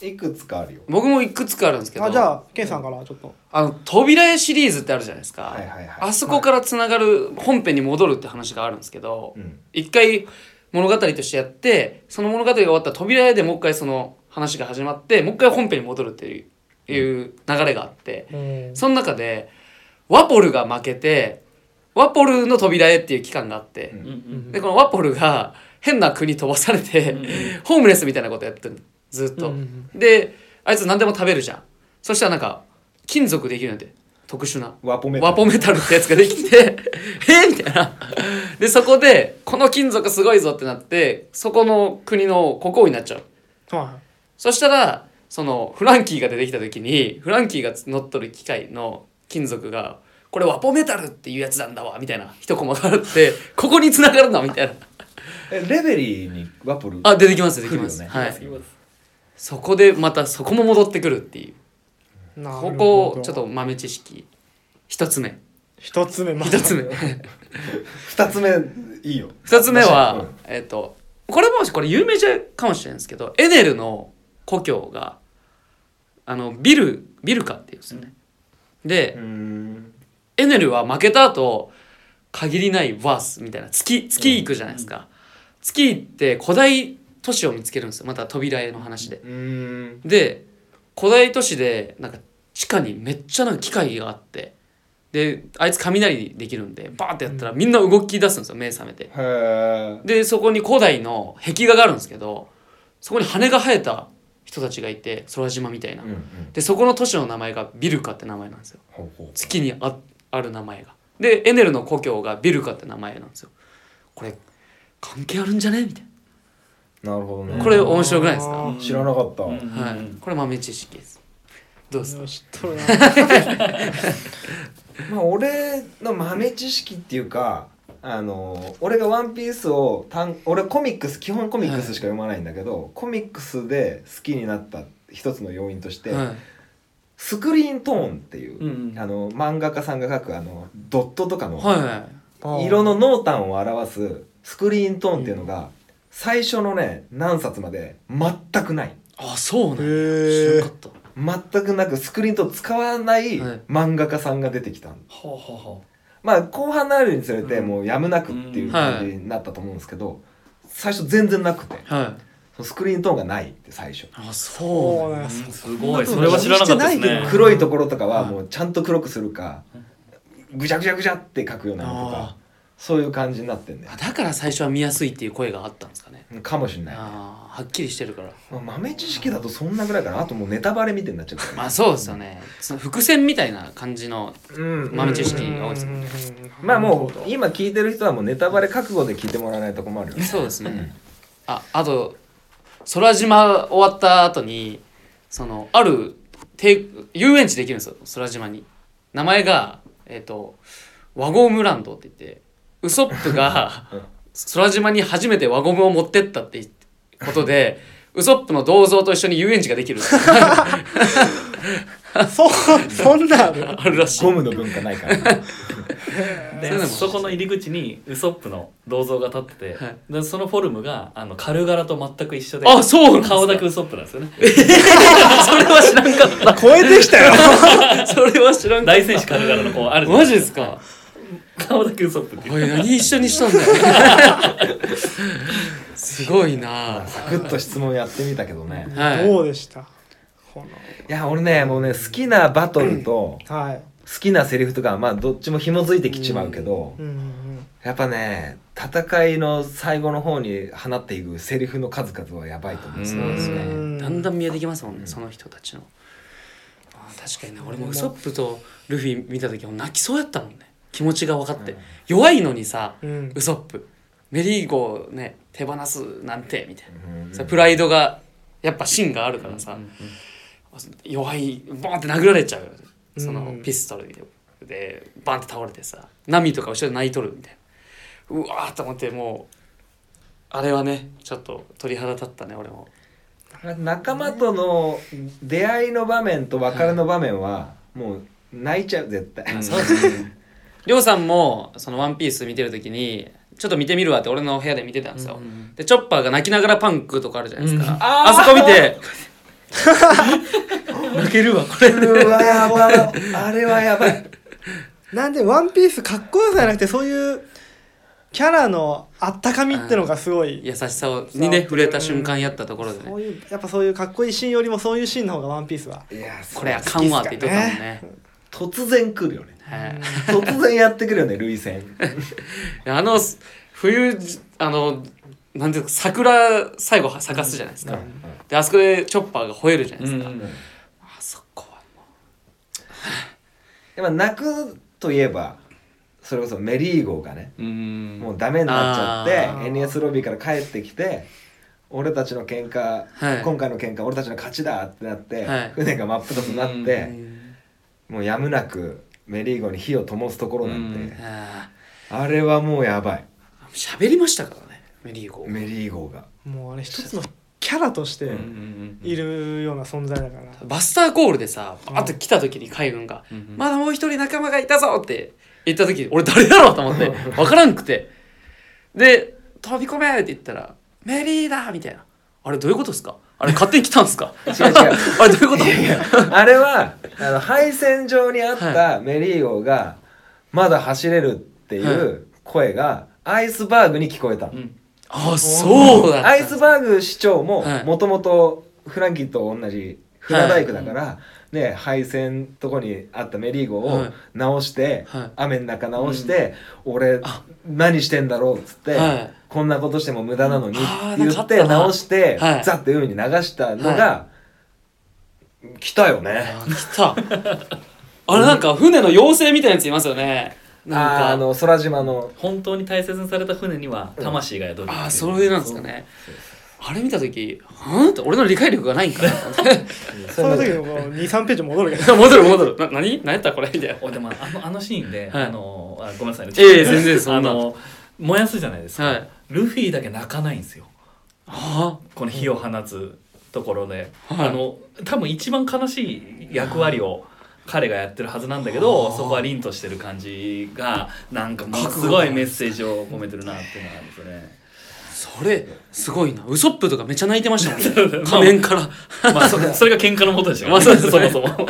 Speaker 3: いくつかあるよ
Speaker 1: 僕もいくつかあるんですけど
Speaker 2: あじゃあケンさんからちょっと、
Speaker 1: あの扉絵シリーズってあるじゃないですか、
Speaker 3: はいはいはい
Speaker 1: あそこからつながる本編に戻るって話があるんですけど、
Speaker 3: うん
Speaker 1: 一回物語としてやってその物語が終わったら扉絵でもう一回その話が始まってもう一回本編に戻るっていういう流れがあって、
Speaker 2: うん
Speaker 1: その中でワポルが負けてワポルの扉絵っていう期間があって、
Speaker 3: うん
Speaker 4: うんうん
Speaker 1: でこのワポルが変な国飛ばされて、
Speaker 4: うん
Speaker 1: ホームレスみたいなことやってるのずっと、
Speaker 2: うんうん
Speaker 1: であいつ何でも食べるじゃんそしたらなんか金属できるんで特殊な
Speaker 3: ワポメ
Speaker 1: ワポメタルってやつができて (laughs) えみたいなでそこでこの金属すごいぞってなってそこの国の国王になっちゃう
Speaker 2: は
Speaker 1: そしたらそのフランキーが出てきた時にフランキーが乗っとる機械の金属がこれワポメタルっていうやつなんだわみたいな一コマがあってここに繋がるなみたいな
Speaker 3: えレベリーにワポル
Speaker 1: あ出てきます出てきま
Speaker 3: 来
Speaker 1: す、
Speaker 3: るよね
Speaker 1: は
Speaker 4: 好き
Speaker 1: い
Speaker 4: です
Speaker 1: そこでまたそこも戻ってくるっていう
Speaker 2: いなるほ
Speaker 1: こ
Speaker 2: ど
Speaker 1: こちょっと豆知識一つ目
Speaker 2: 一つ目まず
Speaker 1: 一つ目
Speaker 3: 二つ目いいよ
Speaker 1: 二つ目は
Speaker 3: う、
Speaker 1: えっ、とこれもこれ有名じゃかもしれないんですけどエネルの故郷があのビルビルカっていうんですよね、で、
Speaker 3: ん
Speaker 1: エネルは負けた後限りないバースみたいな月月行くじゃないですか、月行って古代都市を見つけるんですよまた扉絵の話で
Speaker 3: うーん
Speaker 1: で古代都市でなんか地下にめっちゃなんか機械があってであいつ雷できるんでバーってやったらみんな動き出すんですよ目覚めて
Speaker 3: へえ
Speaker 1: でそこに古代の壁画があるんですけどそこに羽が生えた人たちがいて空島みたいな、
Speaker 3: うんうん
Speaker 1: でそこの都市の名前がビルカって名前なんですよ
Speaker 3: ほうほ
Speaker 1: 月にあある名前がでエネルの故郷がビルカって名前なんですよこれ関係あるんじゃねみたいう
Speaker 3: なるほどね
Speaker 1: なこれ面白くないですか、
Speaker 2: あ
Speaker 3: 知らなかった
Speaker 4: うん
Speaker 3: う
Speaker 1: はい、これ豆知識ですどうですか
Speaker 2: ー知っとるな
Speaker 3: まあ俺の豆知識っていうかあの俺が「ワンピースを単俺コミックス基本コミックスしか読まないんだけど、コミックスで好きになった一つの要因として、
Speaker 1: はい
Speaker 3: スクリーントーンっていう、
Speaker 1: うんうん
Speaker 3: あの漫画家さんが描くあのドットとかの
Speaker 1: はいはい (laughs)
Speaker 3: 色の濃淡を表すスクリーントーンっていうのが最初のね何冊まで全くない
Speaker 1: あそう
Speaker 2: へ
Speaker 1: ね知ら
Speaker 2: え
Speaker 1: なかったは
Speaker 3: 全くなくスクリーントーン使わない
Speaker 1: はい
Speaker 3: 漫画家さんが出てきたの
Speaker 4: あはあは
Speaker 3: まあ後半になるにつれて
Speaker 4: うん
Speaker 3: もうやむなくっていう感じになったと思うんですけど最初全然なくて
Speaker 1: い
Speaker 3: そのスクリーントーンがないって最初
Speaker 1: あ
Speaker 2: そ
Speaker 1: そう
Speaker 2: う
Speaker 1: ね
Speaker 2: ね
Speaker 4: あすごいそれは知らなかったです
Speaker 2: してないけ
Speaker 4: ね
Speaker 2: ど
Speaker 3: 黒いところとかはもうちゃんと黒くするかぐちゃぐちゃぐちゃって書くようなのと
Speaker 1: あ
Speaker 3: かそういう感じになってんだよ
Speaker 1: あだから最初は見やすいっていう声があったんですかね
Speaker 3: かもしんない
Speaker 1: ああはっきりしてるから
Speaker 3: まあ豆知識だとそんなぐらいかなあともうネタバレみたいになっちゃった
Speaker 1: まあそうですよねその伏線みたいな感じの
Speaker 3: うん
Speaker 1: 豆知識が多いです
Speaker 2: ね
Speaker 3: まあもう今聞いてる人はもうネタバレ覚悟で聞いてもらわないと困るよね
Speaker 1: そうですね、ああと空島終わった後にそのあるて遊園地できるんですよ空島に名前がえっ、とワゴムランドって言ってウソップが
Speaker 3: うん
Speaker 1: 空島に初めて輪ゴムを持ってったってことでウソップの銅像と一緒に遊園地ができる
Speaker 2: そう
Speaker 1: (laughs)
Speaker 2: そんなんある
Speaker 1: あるらしい
Speaker 3: ゴムの文化ないからな
Speaker 1: そういうの
Speaker 4: で
Speaker 1: も
Speaker 4: そこの入り口にウソップの銅像が立ってて、
Speaker 1: はい
Speaker 4: でそのフォルムがあの軽柄と全く一緒で
Speaker 1: あそうなんですか
Speaker 4: 顔だけウソップなんですよね
Speaker 1: それは知らんかっ
Speaker 2: 超えてきたよ
Speaker 1: たそれは知らんかっ
Speaker 4: 大戦士軽柄のこうあ
Speaker 1: た
Speaker 4: るじゃな
Speaker 1: マ
Speaker 4: い
Speaker 1: ジですすか
Speaker 4: か顔だけウソップっていう
Speaker 1: おい何一緒にしたんだよ (laughs) すごいな
Speaker 3: サクッと質問やってみたけどね
Speaker 1: はい
Speaker 2: どうでしたこ
Speaker 3: いや俺ねもうね好きなバトルと
Speaker 2: のはい
Speaker 3: 好きなセリフとかはまあどっちも紐づいてきちまうけど
Speaker 2: うんうん
Speaker 3: やっぱね戦いの最後の方に放っていくセリフの数々はやばいと思うんです
Speaker 1: そうです
Speaker 2: う
Speaker 1: ね
Speaker 2: ん
Speaker 1: だんだん見えてきますもんね、
Speaker 3: うん
Speaker 1: その人たちのあー確かにね俺もウソップとルフィ見た時も泣きそうやったもんね気持ちが分かって、
Speaker 3: うん
Speaker 1: 弱いのにさ、
Speaker 2: うん
Speaker 1: ウソップメリーゴーね手放すなんてみたいな、
Speaker 3: うん
Speaker 1: さプライドがやっぱ芯があるからさ、弱いボンって殴られちゃうその
Speaker 2: うん
Speaker 1: ピストルで,、でバンって倒れてさナミとか後ろで泣いとるみたいなうわーと思ってもうあれはねちょっと鳥肌立ったね俺も
Speaker 3: 仲間との出会いの場面と別れの場面はもう泣いちゃう絶対、
Speaker 4: そうですね
Speaker 1: りょうさんもその「ワンピース見てる時にちょっと見てみるわって俺の部屋で見てたんですよ、でチョッパーが泣きながらパンクとかあるじゃないですか、
Speaker 4: うん
Speaker 1: ああそこ見
Speaker 4: (laughs)
Speaker 1: て泣けるわこれ
Speaker 2: (laughs)
Speaker 3: うわやばいあれはやばい
Speaker 2: なんで「ワンピースかっこよさじゃなくてそういうキャラのあったかみってのがすごい
Speaker 1: 優しさをにね触れた瞬間やったところで
Speaker 2: そ
Speaker 1: ね
Speaker 2: ういうやっぱそういうかっこいいシーンよりもそういうシーンの方が「ワンピースはい
Speaker 3: や
Speaker 1: これあかんわって言っとったもんね
Speaker 3: 突然来るよね
Speaker 1: はい
Speaker 3: 突然やって
Speaker 1: (laughs)
Speaker 3: くるよね涙腺
Speaker 1: あのす冬じあのなんていうか桜最後は咲かすじゃないですか、であそこでチョッパーが吠えるじゃないですか、
Speaker 4: うんうん
Speaker 1: あそこはも
Speaker 3: でも泣くといえばそれこそメリーゴーがね
Speaker 4: うん
Speaker 3: もうダメになっちゃ
Speaker 1: あ
Speaker 3: っ
Speaker 2: ー
Speaker 3: て NS ロビーから帰ってきて俺たちの喧嘩、
Speaker 1: はい
Speaker 3: 今回の喧嘩俺たちの勝ちだってなって、
Speaker 1: はい
Speaker 3: 船が真っ二つになっ
Speaker 1: う、う
Speaker 3: て
Speaker 1: ん
Speaker 3: もうやむなくメリーゴーに火を灯すところなんて、
Speaker 4: うん
Speaker 1: あ
Speaker 3: あれはもうやばい
Speaker 1: ー喋りましたからねメリーゴー
Speaker 3: メリーゴーが
Speaker 2: もうあれ一つのキャラとして
Speaker 4: うん
Speaker 2: いるような存在だから、
Speaker 1: バスターコールでさバーッと来た時に海軍が「
Speaker 4: うん
Speaker 1: まだもう一人仲間がいたぞ!」って言った時俺誰だろうと思って分からんくてで「飛び込め!」って言ったら「メリーだ!」みたいな「あれどういうことですかあれ勝手に来たんですか
Speaker 3: 違う違う
Speaker 1: あれどういうこと?」
Speaker 3: (laughs) あれはあの配線上にあったメリーゴーがまだ走れるっていう声がアイスバーグに聞こえたの、
Speaker 4: うん
Speaker 1: あそうだった
Speaker 3: アイスバーグ市長も
Speaker 1: はい
Speaker 3: もともとフランキーと同じ船大工だから、ね配線とこにあったメリーゴー
Speaker 1: は
Speaker 3: を
Speaker 1: い
Speaker 3: 直して、
Speaker 1: はい
Speaker 3: 雨の中直して、俺
Speaker 1: あ
Speaker 3: 何してんだろうっつって、
Speaker 1: はい
Speaker 3: こんなことしても無駄なのに
Speaker 1: あー
Speaker 3: 言
Speaker 1: なんかあ
Speaker 3: っ
Speaker 1: った
Speaker 3: て
Speaker 1: な
Speaker 3: 直して、
Speaker 1: はい
Speaker 3: ザッて海に流したのが、
Speaker 1: は
Speaker 3: 来たよね。
Speaker 1: あ来たあれなんか船の妖精みたいなやついますよねなん
Speaker 3: あ
Speaker 1: か
Speaker 3: ーあの空島の
Speaker 4: 本当に大切にされた船には魂が宿るっていう
Speaker 1: あーそれなんですかねあれ見た時「はん?」って俺の理解力がないんかなと思って
Speaker 2: その時のこう23ページ戻るけど
Speaker 1: 戻る戻るな何何やったこれみたいな
Speaker 4: おでもあのあのシーンで、
Speaker 1: はい
Speaker 4: あのあごめんなさいね
Speaker 1: ええ全然そんな
Speaker 4: あの燃やすじゃないですか、
Speaker 1: はい
Speaker 4: ルフィだけ泣かないんですよ
Speaker 1: あ
Speaker 4: この火を放つところで、
Speaker 1: はい
Speaker 4: あの多分一番悲しい役割を彼がやってるはずなんだけどそこは凛としてる感じがなんかもうすごいメッセージを込めてるなっていうのがあるんですよね。
Speaker 1: それすごいなウソップとかめっちゃ泣いてま
Speaker 4: (laughs)
Speaker 1: したもんね仮面から
Speaker 4: まあそそれが喧嘩のもとでしょ、
Speaker 1: まあそうですね
Speaker 4: そもそも。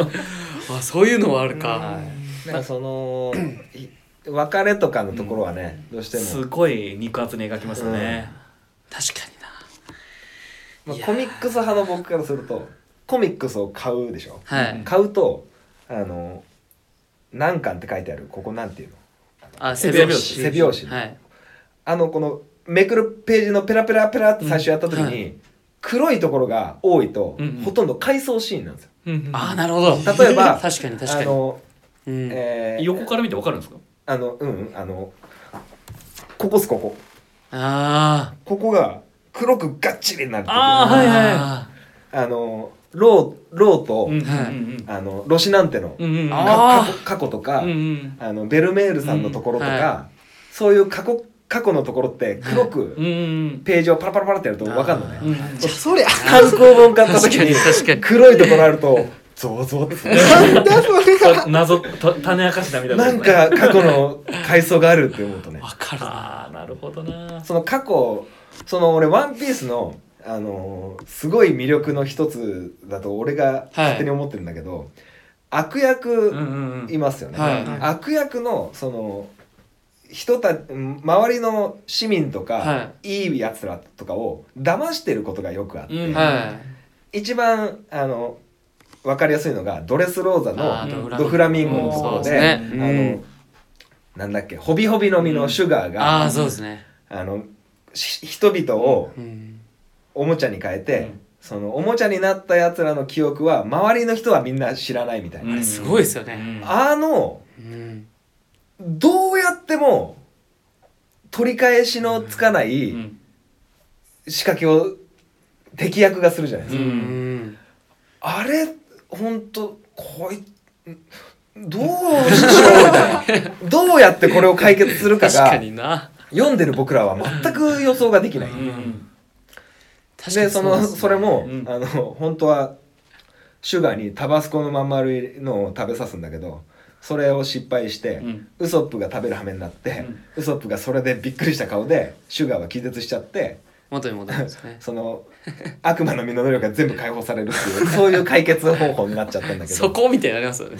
Speaker 1: あそういうのはあるか、
Speaker 3: なんかそのい別れとかのところはね、どうして
Speaker 4: す
Speaker 3: も、
Speaker 4: ごい肉厚に描きますね。
Speaker 1: 確かにな
Speaker 3: まあ、コミックス派の僕からするとコミックスを買うでしょ、
Speaker 1: はい
Speaker 3: 買うとあの何巻って書いてあるここなんていうの
Speaker 1: あ
Speaker 4: 背
Speaker 1: 背
Speaker 4: 拍
Speaker 1: 拍
Speaker 4: 子
Speaker 1: 子
Speaker 3: 背拍子
Speaker 1: はい
Speaker 3: あのこのめくるページのペラペラペラって最初やった時に、
Speaker 1: うんはい
Speaker 3: 黒いところが多いと、
Speaker 4: うんうん
Speaker 3: ほとんど回想シーンなんですよ。
Speaker 1: ああなるほど
Speaker 3: 例えば
Speaker 1: 確かに確か
Speaker 3: あ
Speaker 1: に、
Speaker 3: の、
Speaker 1: うん
Speaker 3: えー
Speaker 4: 横から見てわかるんですか
Speaker 3: あのうんうんあのここっすここ
Speaker 1: あ
Speaker 3: ここが黒くがっちりになる時
Speaker 1: あ
Speaker 4: あはいはい
Speaker 3: あのローローと、
Speaker 4: うんうん
Speaker 1: はい
Speaker 4: うん
Speaker 3: あのロシなんての、
Speaker 4: うんうん
Speaker 1: あ
Speaker 3: か
Speaker 1: ー
Speaker 3: 過去過去とか、
Speaker 4: うんうん
Speaker 3: あのベルメールさんのところとか、
Speaker 1: うんは
Speaker 3: そういう過去過去のところって黒
Speaker 4: う
Speaker 3: く
Speaker 4: んうん
Speaker 3: ページをパラパラパラってやると分かるの
Speaker 1: あ
Speaker 3: ね
Speaker 1: ー
Speaker 4: う
Speaker 2: (laughs)
Speaker 4: ん
Speaker 3: それ単行本買った時に
Speaker 1: 確かに確かに
Speaker 3: 黒いところあるとゾワゾワってする
Speaker 4: そう謎と種明かしだみたいな
Speaker 3: なんか過去の回想があるって思うとね
Speaker 1: わかるな
Speaker 4: ああなるほどな
Speaker 3: その過去その俺「ワンピースのあのーすごい魅力の一つだと俺が勝手に思ってるんだけど、悪
Speaker 4: うん
Speaker 3: 役
Speaker 4: うんう
Speaker 3: い
Speaker 4: ん
Speaker 3: ますよね、
Speaker 1: はい
Speaker 3: 悪役のその人た周りの市民とか、、
Speaker 1: はい
Speaker 3: いやつらとかを騙してることがよくあって、
Speaker 4: うん
Speaker 1: は
Speaker 3: 一番あの分かりやすいのがドレスローザ
Speaker 1: いあ
Speaker 3: の
Speaker 1: ー
Speaker 3: ドフラミンゴのところ
Speaker 1: そう
Speaker 3: で
Speaker 1: です
Speaker 3: あ
Speaker 1: ね
Speaker 3: の、なんだっけホビホビの実のシュガー
Speaker 1: あ
Speaker 3: が、
Speaker 1: あーそうですね
Speaker 3: あのし人々を、
Speaker 1: うん
Speaker 3: おもちゃに変えて、
Speaker 4: うん
Speaker 3: そのおもちゃになったやつらの記憶は周りの人はみんな知らないみたいな、
Speaker 1: あれすごいですよね
Speaker 4: うん
Speaker 3: あの
Speaker 1: うん
Speaker 3: どうやっても取り返しのつかな
Speaker 4: う
Speaker 3: い
Speaker 4: ん
Speaker 3: 仕掛けを敵役がするじゃないです
Speaker 1: う
Speaker 3: か、
Speaker 1: ん
Speaker 3: あれほんとこいどうしようみたいなどうやってこれを解決するか
Speaker 1: 確か
Speaker 3: が
Speaker 1: にな
Speaker 3: 読んでる僕らは全く予想ができない、
Speaker 4: うんうん
Speaker 1: 確か
Speaker 3: で
Speaker 1: に
Speaker 3: その
Speaker 1: う
Speaker 3: そ,、
Speaker 1: ですね
Speaker 3: れも、
Speaker 4: うん
Speaker 3: あの本当はシュガーにタバスコのまん丸いのを食べさすんだけどそれを失敗して、
Speaker 4: うん
Speaker 3: ウソップが食べる羽目になって、
Speaker 4: う
Speaker 3: ウ
Speaker 4: ん
Speaker 3: ソップがそれでびっくりした顔でシュガーは気絶しちゃって
Speaker 1: 元に戻るんです
Speaker 3: (laughs)
Speaker 1: ね
Speaker 3: そ
Speaker 4: (laughs)
Speaker 3: の悪魔の身の能力が全部解放されるっていうそういう解決方法になっちゃったんだけど
Speaker 1: そこみたいになりますよね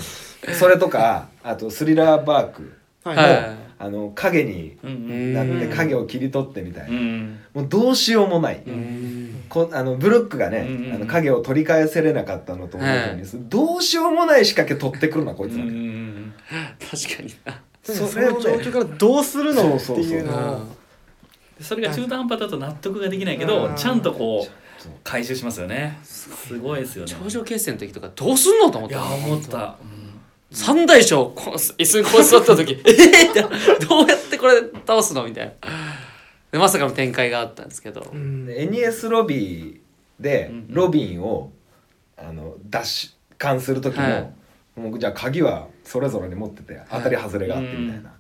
Speaker 3: それとかあとスリラーバーク
Speaker 2: はい
Speaker 1: は
Speaker 2: はい
Speaker 1: い
Speaker 3: あの影に
Speaker 4: うん
Speaker 1: うん
Speaker 3: なって影を切り取ってみたいな、
Speaker 4: うん
Speaker 3: もうどうしようもない。
Speaker 1: うん
Speaker 3: こあのブルックがね、
Speaker 4: うんうんうん
Speaker 3: あの影を取り返せれなかったのと同じように、どうしようもない仕掛け取ってくるなこいつ
Speaker 4: うん
Speaker 3: ら、
Speaker 4: うん
Speaker 1: 確かにな
Speaker 2: それを状況からどうするのって
Speaker 3: そうそう
Speaker 2: い
Speaker 3: そうう
Speaker 2: のを
Speaker 4: それが中途半端だと納得ができないけど
Speaker 2: うん
Speaker 4: ちゃんとこう
Speaker 3: そう
Speaker 4: 回収しますよねすごいですよね
Speaker 1: 頂上決戦の時とかどうすんのと思っ
Speaker 4: い
Speaker 1: た
Speaker 4: や
Speaker 1: もん
Speaker 4: 思った
Speaker 1: 三大将こう椅子にこう座った
Speaker 3: (laughs)
Speaker 1: 時えっってどうやってこれ倒すのみたいなでまさかの展開があったんですけど、
Speaker 2: うん
Speaker 3: で NES ロビーで
Speaker 4: うんうん
Speaker 3: ロビンをあの奪還する時も、
Speaker 1: はい
Speaker 3: もうじゃあ鍵はそれぞれに持ってて当たり外れがあってみたいな、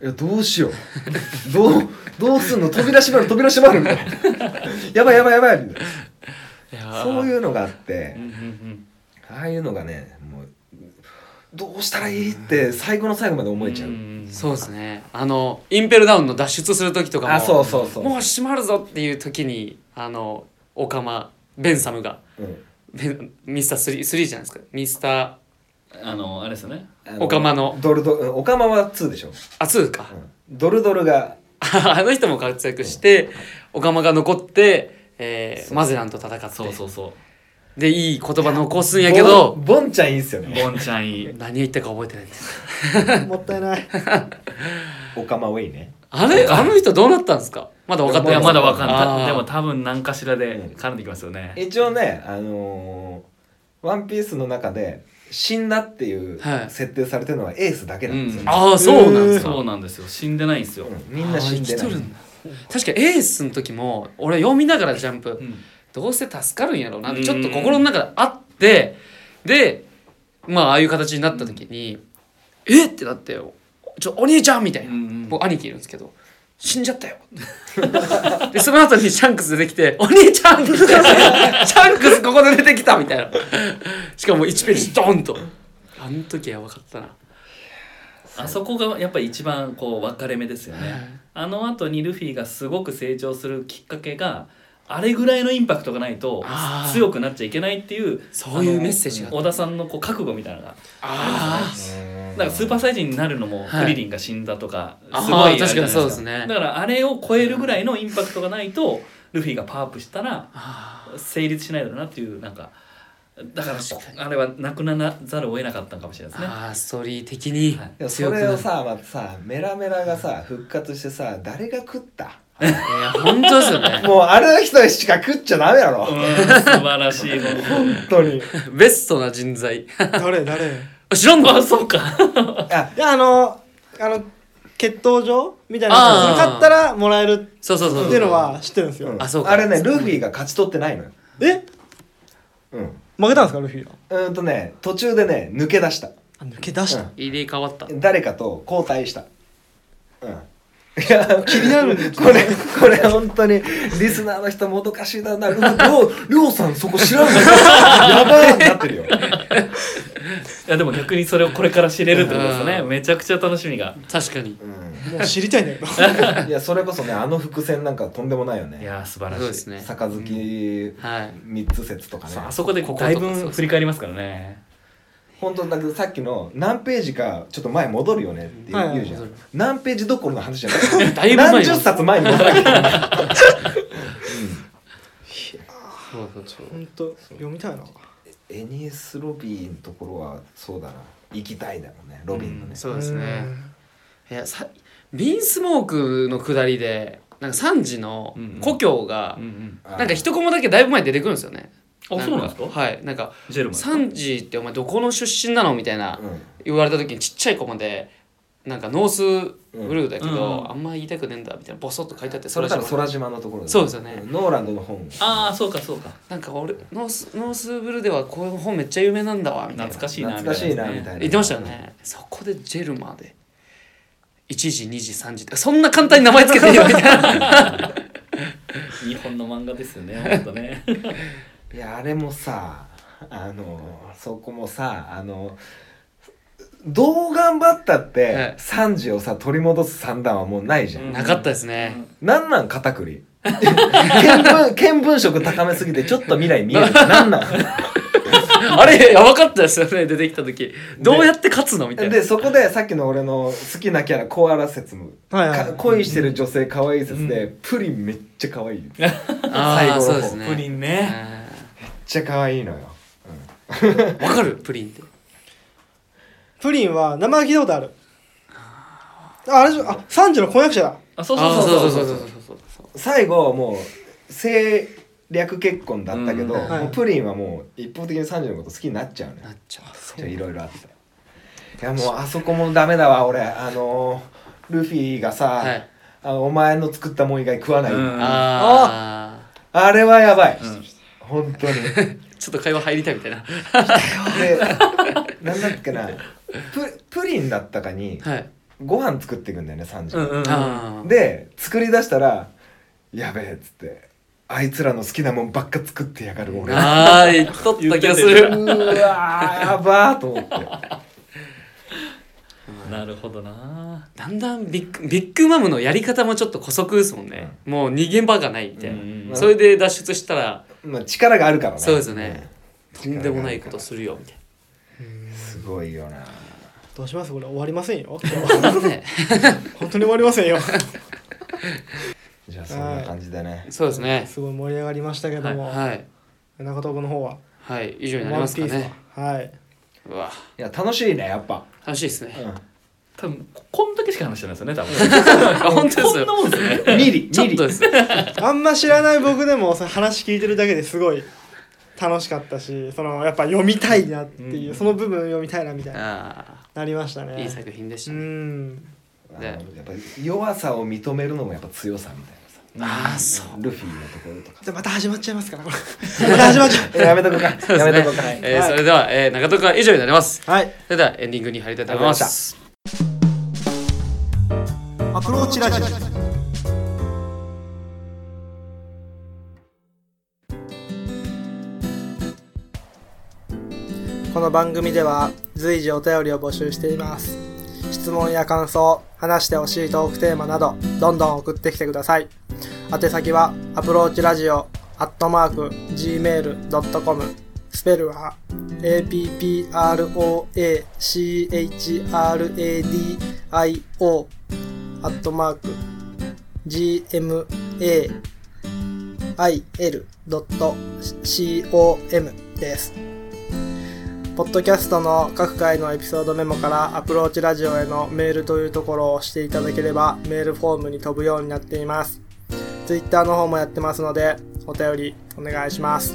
Speaker 3: いやどうしようどうどうすんの扉閉まる扉閉まるみたいなやばいやばいやばいみたいなそういううのがあって、
Speaker 4: うんうんうん
Speaker 3: ああいうのがねもうどうしたらいいって最後の最後まで思えちゃう、
Speaker 4: ん
Speaker 1: そうですねあのインペルダウンの脱出する時とかも
Speaker 3: あそうそうそう
Speaker 1: もう閉まるぞっていう時にあのオカマベンサムが
Speaker 3: うん
Speaker 1: ベンミスタースリースリーじゃないですかミスター
Speaker 4: あのあれですよね
Speaker 3: あの
Speaker 1: オカマの
Speaker 3: ドルドうんオカマは2でしょ、
Speaker 1: あツーか、
Speaker 3: うんドルドルが
Speaker 1: (laughs) あの人も活躍してオカマが残って、えーマゼランと戦って
Speaker 4: そうそうそう
Speaker 1: でいい言葉残すんやけど
Speaker 3: ボンボンちゃんいいっすよね
Speaker 4: ボンちゃんいい。
Speaker 1: 何を言ったか覚えてないんです
Speaker 2: もったいない
Speaker 3: オカマウェイね
Speaker 1: あれあの人どうなったんですかまだ分かって
Speaker 4: い
Speaker 1: な
Speaker 4: や
Speaker 1: い
Speaker 4: まだわかんない。
Speaker 1: あー
Speaker 4: でも多分何かしらで絡んできますよね。
Speaker 3: 一応ねあのーワンピースの中で死んだっていう
Speaker 1: はい
Speaker 3: 設定されてるのはエースだけなんですよ、
Speaker 4: うん
Speaker 1: ああそうなんです
Speaker 4: そ
Speaker 1: か
Speaker 4: うなんですよ。死んでないんですよ。
Speaker 3: うんみんな死んで
Speaker 1: あー生き
Speaker 3: な
Speaker 1: と
Speaker 3: い
Speaker 1: るんだ確かエースの時も俺読みながらジャンプ、
Speaker 4: うん
Speaker 1: どうせ助かるんやろうなって
Speaker 4: うん
Speaker 1: ちょっと心の中であってでまあああいう形になった時に「えっ!」ってなってよ「ちょお兄ちゃん!」みたいな、
Speaker 4: うん
Speaker 1: 僕兄貴いるんですけど「死んじゃったよ」でその後にシャンクス出てきて「お兄ちゃん!」って言って「シャンクスここで出てきた!」みたいなしかも1ページドンとあの時やばかったな
Speaker 4: あそこがやっぱ一番こう分かれ目ですよね。あの後にルフィがすごく成長するきっかけがあれぐらいのインパクトがないと
Speaker 1: あー
Speaker 4: 強くなっちゃいけないっていう
Speaker 1: そういう
Speaker 4: あの
Speaker 1: メッセージがあった
Speaker 4: 小田さんのこう覚悟みたいなのが
Speaker 1: あ
Speaker 3: うん
Speaker 4: だからスーパーサイジになるのも
Speaker 1: はい
Speaker 4: クリリンが死んだとか、
Speaker 1: あ
Speaker 4: すごいあ
Speaker 1: ー
Speaker 4: れじゃない
Speaker 1: 確かにそうです
Speaker 4: か
Speaker 1: ね
Speaker 4: だからあれを超えるぐらいのインパクトがないとルフィがパワーアップしたら
Speaker 1: あ
Speaker 4: 成立しないだろうなっていうなんかだから
Speaker 1: 確かに
Speaker 4: あれはなくならざるを得なかったのかもしれないですね。
Speaker 1: あーストーリー的に
Speaker 4: はい
Speaker 3: でも
Speaker 1: 強
Speaker 3: そ
Speaker 1: くな
Speaker 3: れを
Speaker 1: る
Speaker 3: さまたさメラメラがさ復活してさ誰が食った
Speaker 1: いや本当ですよね
Speaker 3: もうあれの人しか食っちゃダメやろ、
Speaker 4: うん素晴らしいもの
Speaker 2: 本当
Speaker 1: (laughs)
Speaker 2: に
Speaker 1: ベストな人材
Speaker 2: 誰誰い
Speaker 1: 知らんの
Speaker 4: あそうか
Speaker 3: あ
Speaker 2: やあのあの血統上みたいなやつ
Speaker 1: あー
Speaker 2: 勝ったらもらえるっ
Speaker 1: そうそう
Speaker 2: て
Speaker 1: そう
Speaker 2: いうのは知ってるんですよ、
Speaker 3: うん
Speaker 1: あそうか
Speaker 3: あれねルフィが勝ち取ってないのよ
Speaker 2: え
Speaker 3: うん
Speaker 2: 負けたんですかルフィは
Speaker 3: うーんとね途中でね抜け出した
Speaker 2: あ抜け出した、
Speaker 3: うん
Speaker 1: 入れ替わった
Speaker 3: 誰かと交代したうんいや
Speaker 2: 気になるんです
Speaker 3: これこれ本当に
Speaker 1: (laughs)
Speaker 3: リスナーの人もどかしいだなりょうりょうさんそこ知
Speaker 1: (laughs)
Speaker 3: らんのやばいってなってるよ
Speaker 4: いやでも逆にそれをこれから知れるってことですね
Speaker 1: うん
Speaker 4: めちゃくちゃ楽しみが
Speaker 1: 確かに
Speaker 3: う
Speaker 2: もう知りたいんだけど
Speaker 3: んいやそれこそねあの伏線なんかとんでもないよ
Speaker 4: い
Speaker 3: ね
Speaker 4: やー素晴らしい
Speaker 1: そうですね
Speaker 3: 杯
Speaker 1: はい
Speaker 3: 3つ説とかね
Speaker 4: そうあそこで
Speaker 1: ここと
Speaker 4: だいぶ振り返りますからね
Speaker 3: 本当だけどさっきの何ページかちょっと前戻るよねって
Speaker 2: はいはい
Speaker 3: 言うじゃ
Speaker 1: 戻
Speaker 3: ん
Speaker 1: る
Speaker 3: 何ページどころの話じゃない
Speaker 1: だいぶ前に
Speaker 3: 何十冊前に戻らなきゃいけない
Speaker 1: そうそうそう
Speaker 2: 本当読みたいな
Speaker 3: エニエス・ロビーのところはそうだな行きたいだろうねロビンのね
Speaker 1: そうですねいやさビンスモークの下りでなんかサンジの
Speaker 4: うんうん
Speaker 1: 故郷が
Speaker 4: うんうん
Speaker 3: あー
Speaker 1: なんか一コマだけだいぶ前に出てくるんですよね
Speaker 4: あそうなんですか
Speaker 1: はいなんか
Speaker 4: ジェルマン
Speaker 1: サンジってお前どこの出身なのみたいな
Speaker 3: う
Speaker 1: 言われた時にちっちゃいコマでなんかノースブルーだけ
Speaker 4: うんう
Speaker 1: ど、
Speaker 4: ん
Speaker 1: あんま言いたくねえんだみたいなボソッと書いてあって
Speaker 3: んそれ多分
Speaker 1: それ
Speaker 3: 空島のところだね
Speaker 1: そうですよね
Speaker 3: んノーランドの本
Speaker 4: ああそうかそうか
Speaker 1: なんか俺ノースノースブルーではこういう本めっちゃ有名なんだわみたいな
Speaker 4: 懐かしいな
Speaker 3: 懐かしいなみ
Speaker 4: み
Speaker 3: た
Speaker 4: た
Speaker 3: いな
Speaker 1: 言ってましたよね、そこでジェルマで1時2時3時ってそんな簡単に名前つけていいよみたい
Speaker 4: (laughs)
Speaker 1: な
Speaker 4: 日本の漫画ですよね (laughs) 本当ね
Speaker 3: いやあれもさあのそこもさあのどう頑張ったっ
Speaker 1: はい
Speaker 3: てサンジをさ取り戻す三段はもうないじゃん、
Speaker 4: うん
Speaker 1: なかったですね、
Speaker 3: なんなん肩栗見聞見聞色高めすぎてちょっと未来見え
Speaker 1: (laughs)
Speaker 3: るなんなん
Speaker 1: あれやばかったですよね出てきた時どうやって勝つのみたいな
Speaker 3: でそこでさっきの俺の好きなキャラコアラ説も、
Speaker 2: はいはい
Speaker 3: か恋してる女性可愛い説で、プリンめっちゃ可愛いめっ
Speaker 1: ああ
Speaker 3: 最後の方
Speaker 1: そうですね
Speaker 4: プリンね
Speaker 3: ちゃ可愛いのよ
Speaker 1: うんわかるプリンって
Speaker 2: プリンは名前聞いたことあるああれじゃあサンジの婚約者だ
Speaker 4: あそうそうそうそう
Speaker 1: そうそうそうそう
Speaker 3: 最後もう政略結婚だったけど、
Speaker 4: うん
Speaker 2: はい
Speaker 3: もうプリンはもう一方的にサンジのこと好きになっちゃうのよ
Speaker 1: なっちゃう
Speaker 3: ちょいろいろあっていやもうあそこもダメだわ俺あのールフィがさ、
Speaker 1: はい
Speaker 3: あのお前の作ったもん以外食わない、
Speaker 4: うん
Speaker 1: ああ
Speaker 3: あれはやばい、
Speaker 4: うん
Speaker 3: 本当に
Speaker 1: ちょっと会話入りたいみたいな
Speaker 3: でなんだっけなププリンだったかに
Speaker 1: はい
Speaker 3: ご飯作っていくんだよね3時、
Speaker 4: うんうんうん
Speaker 1: あー
Speaker 3: で作り出したら「やべえ」っつって「あいつらの好きなもんばっか作ってやがる俺」う
Speaker 1: あー言っとった気がす
Speaker 4: 言っ
Speaker 1: る
Speaker 3: わーやばーと思って
Speaker 4: なるほどな
Speaker 1: だんだんビッグビッグマムのやり方もちょっと姑息ですもんね、もう逃げ場がないみたいな、
Speaker 4: うん
Speaker 1: それで脱出したら、
Speaker 3: まあ力があるからね
Speaker 1: そうですね、とんでもないことするよみたい
Speaker 3: うんすごいよな
Speaker 2: どうしますこれ終わりませんよ (laughs)
Speaker 1: ななんで
Speaker 2: 本当に終わりませんよ
Speaker 3: じゃあそんな感じでね
Speaker 1: そうですね
Speaker 2: すごい盛り上がりましたけども、
Speaker 1: はい
Speaker 2: 中東部の方は
Speaker 1: はい以上になりますか
Speaker 2: ワンピ
Speaker 1: ね
Speaker 2: ースははいう
Speaker 1: わ
Speaker 3: いや楽しいねやっぱ、
Speaker 1: 楽しいですね、
Speaker 3: う
Speaker 4: 多分ここんだけしか話してないですよね多分 (laughs)
Speaker 1: あ本当です
Speaker 4: こんな
Speaker 1: よ
Speaker 4: もんですね (laughs)
Speaker 3: ん、ミリ
Speaker 1: ちょ
Speaker 3: ミ
Speaker 1: っ
Speaker 3: リ
Speaker 1: とですね
Speaker 2: あんま知らない僕でもその話聞いてるだけですごい楽しかったしそのやっぱ読みたいなっていう、
Speaker 4: うん
Speaker 2: その部分読みたいなみたいな
Speaker 1: あ
Speaker 3: (laughs)
Speaker 2: なりました
Speaker 1: ー
Speaker 2: ね
Speaker 1: いい作品でし
Speaker 2: う
Speaker 1: たね、
Speaker 2: ん
Speaker 3: うあの
Speaker 1: ね
Speaker 3: やっぱり弱さを認めるのもやっぱ強さみたいなさ
Speaker 1: ああそう
Speaker 3: ルフィのところとか
Speaker 2: じゃあまた始まっちゃいますからこ (laughs) れまた始まっちゃ
Speaker 3: えやめとこうかやめとこうか
Speaker 1: はいえーそれでは、えー、中戸君は以上になります
Speaker 2: うはい
Speaker 1: それではエンディングに入りたいと思いま
Speaker 3: ありがとうござい
Speaker 2: ア
Speaker 3: ます
Speaker 2: プローチラジオこの番組では随時お便りを募集しています質問や感想話してほしいトークテーマなどどんどん送ってきてください宛先はアプローチラジオアットマーク Gmail.com スペルは APPROACHRADIO アットマーク gmail.com です。ポッドキャストの各回のエピソードメモからアプローチラジオへのメールというところを押していただければメールフォームに飛ぶようになっています。ツイッターの方もやってますのでお便りお願いします。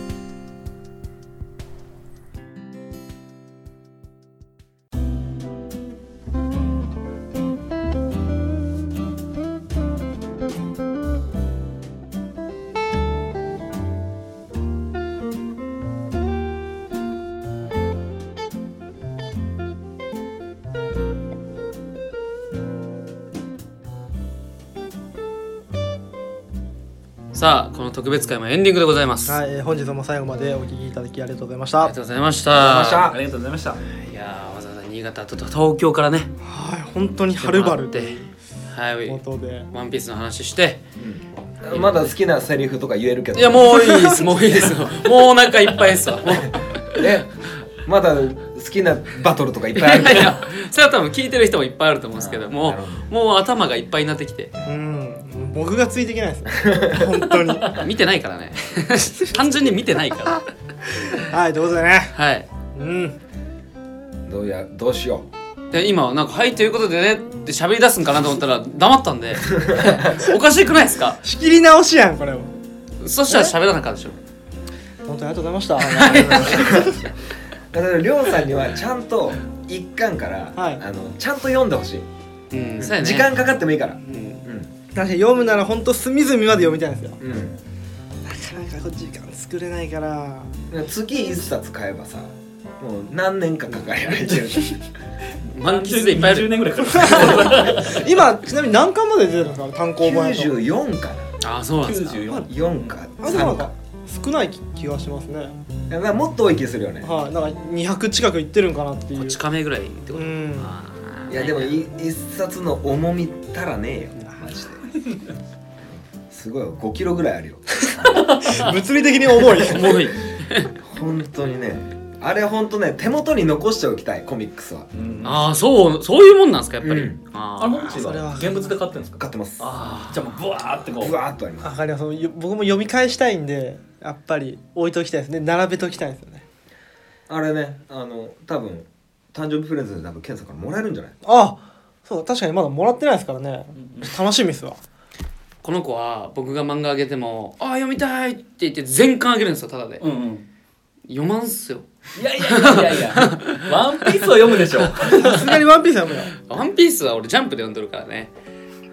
Speaker 1: さあこの特別会もエンディングでございます、あ
Speaker 2: はい、本日も最後までお聞きいただきありがとうございまし
Speaker 1: り
Speaker 2: た
Speaker 1: が。とうございまし
Speaker 3: ありがとうございました
Speaker 4: ありがとうございました
Speaker 1: いやーわざわざ新潟と東京からね
Speaker 2: はい、本当にはるばる
Speaker 1: 来てもらって
Speaker 2: という
Speaker 1: は
Speaker 2: ことで。
Speaker 1: いワンピースの話して
Speaker 3: まだ好きなセリフとか言えるけど
Speaker 1: いやもういいですもういい
Speaker 3: (laughs)
Speaker 1: ですもうお腹いっぱいですわもう
Speaker 3: えまだ好きなバトルとかいっ
Speaker 1: い
Speaker 3: ぱいあ
Speaker 1: や
Speaker 3: る
Speaker 1: い
Speaker 3: けど
Speaker 1: やそれは多分聞いてる人もいっぱいあると思うんですけども
Speaker 3: なるほ
Speaker 1: うもう頭がいっぱいになってきて
Speaker 2: うん、僕がついていけないですね。本当に。
Speaker 1: 見てないからね単純に見てないから
Speaker 2: はい、ということでね。
Speaker 1: はい
Speaker 2: うん。
Speaker 3: どうやどうしよ
Speaker 1: で今はなんか「はいということでね」って喋り出すんかなと思ったら黙ったん (laughs) でおかしくないですか
Speaker 2: 仕切り直しやん、これを。
Speaker 1: そしたら喋らなかったでしょ
Speaker 2: 本当にありがとうございました。は
Speaker 3: うだからりょうさんにはちゃんと一巻から、
Speaker 2: はい
Speaker 3: あのちゃんと読んでほしい、
Speaker 1: うんそうやね
Speaker 3: 時間かかってもいいから
Speaker 1: うん
Speaker 3: うん
Speaker 2: い確かに読むなら本当隅々まで読みたいんですよ。
Speaker 3: うん
Speaker 2: なかなかこう時間作れないから。
Speaker 3: 月一冊買えばさもう何年かかかりゃいける
Speaker 1: 満喫でいっぱいあ
Speaker 4: 20
Speaker 1: る
Speaker 4: 年ぐらいから
Speaker 2: 今、ちなみに何巻まで出てるんですか単行本やと。
Speaker 3: 94か
Speaker 1: ああそうなんですか
Speaker 4: 94
Speaker 3: 4か
Speaker 2: あ、でもな
Speaker 3: 3
Speaker 2: んか
Speaker 3: か
Speaker 2: 少ない気がしますね。
Speaker 3: いやまあもっと多い気するよね
Speaker 2: はい、なんか200近くいってるんかなってい
Speaker 1: こ
Speaker 2: う
Speaker 1: っ。ち亀ぐらいってこ
Speaker 2: う
Speaker 1: と
Speaker 2: ん。
Speaker 1: あー
Speaker 3: いやでもい一冊の重みったらねえよマジですごい5キロぐらいあるよ
Speaker 2: 物理的に重い。 (laughs)
Speaker 1: 重い
Speaker 3: 本当にねあれ本当ね手元に残しておきたいコミックスは
Speaker 4: うんあ
Speaker 1: ああそうそういうもんなんですかやっぱり、
Speaker 3: うん
Speaker 1: あー
Speaker 4: あれ本日
Speaker 2: それは
Speaker 4: は現物で買ってんですか
Speaker 3: 買ってます
Speaker 4: ああじゃあもうブワーってこ
Speaker 3: う
Speaker 4: う
Speaker 3: わーっとあります
Speaker 2: わかります。よ僕も読み返したいんで、やっぱり置いときたいですね。並べときたいですよね。
Speaker 3: あれねあの多分誕生日プレゼントで多分ケンさんからもらえるんじゃない
Speaker 2: あそう確かにまだもらってないですからね楽しみですわ
Speaker 1: この子は僕が漫画あげても「ああ読みたい!」って言って全巻あげるんですよただで、
Speaker 4: うんうん
Speaker 1: 読まんっすよ
Speaker 4: いやいやいやいやいやワンピースを読むでしょ (laughs)
Speaker 2: さすがに「ワンピースは無理だ
Speaker 1: 「ワンピースは俺ジャンプで読んどるからね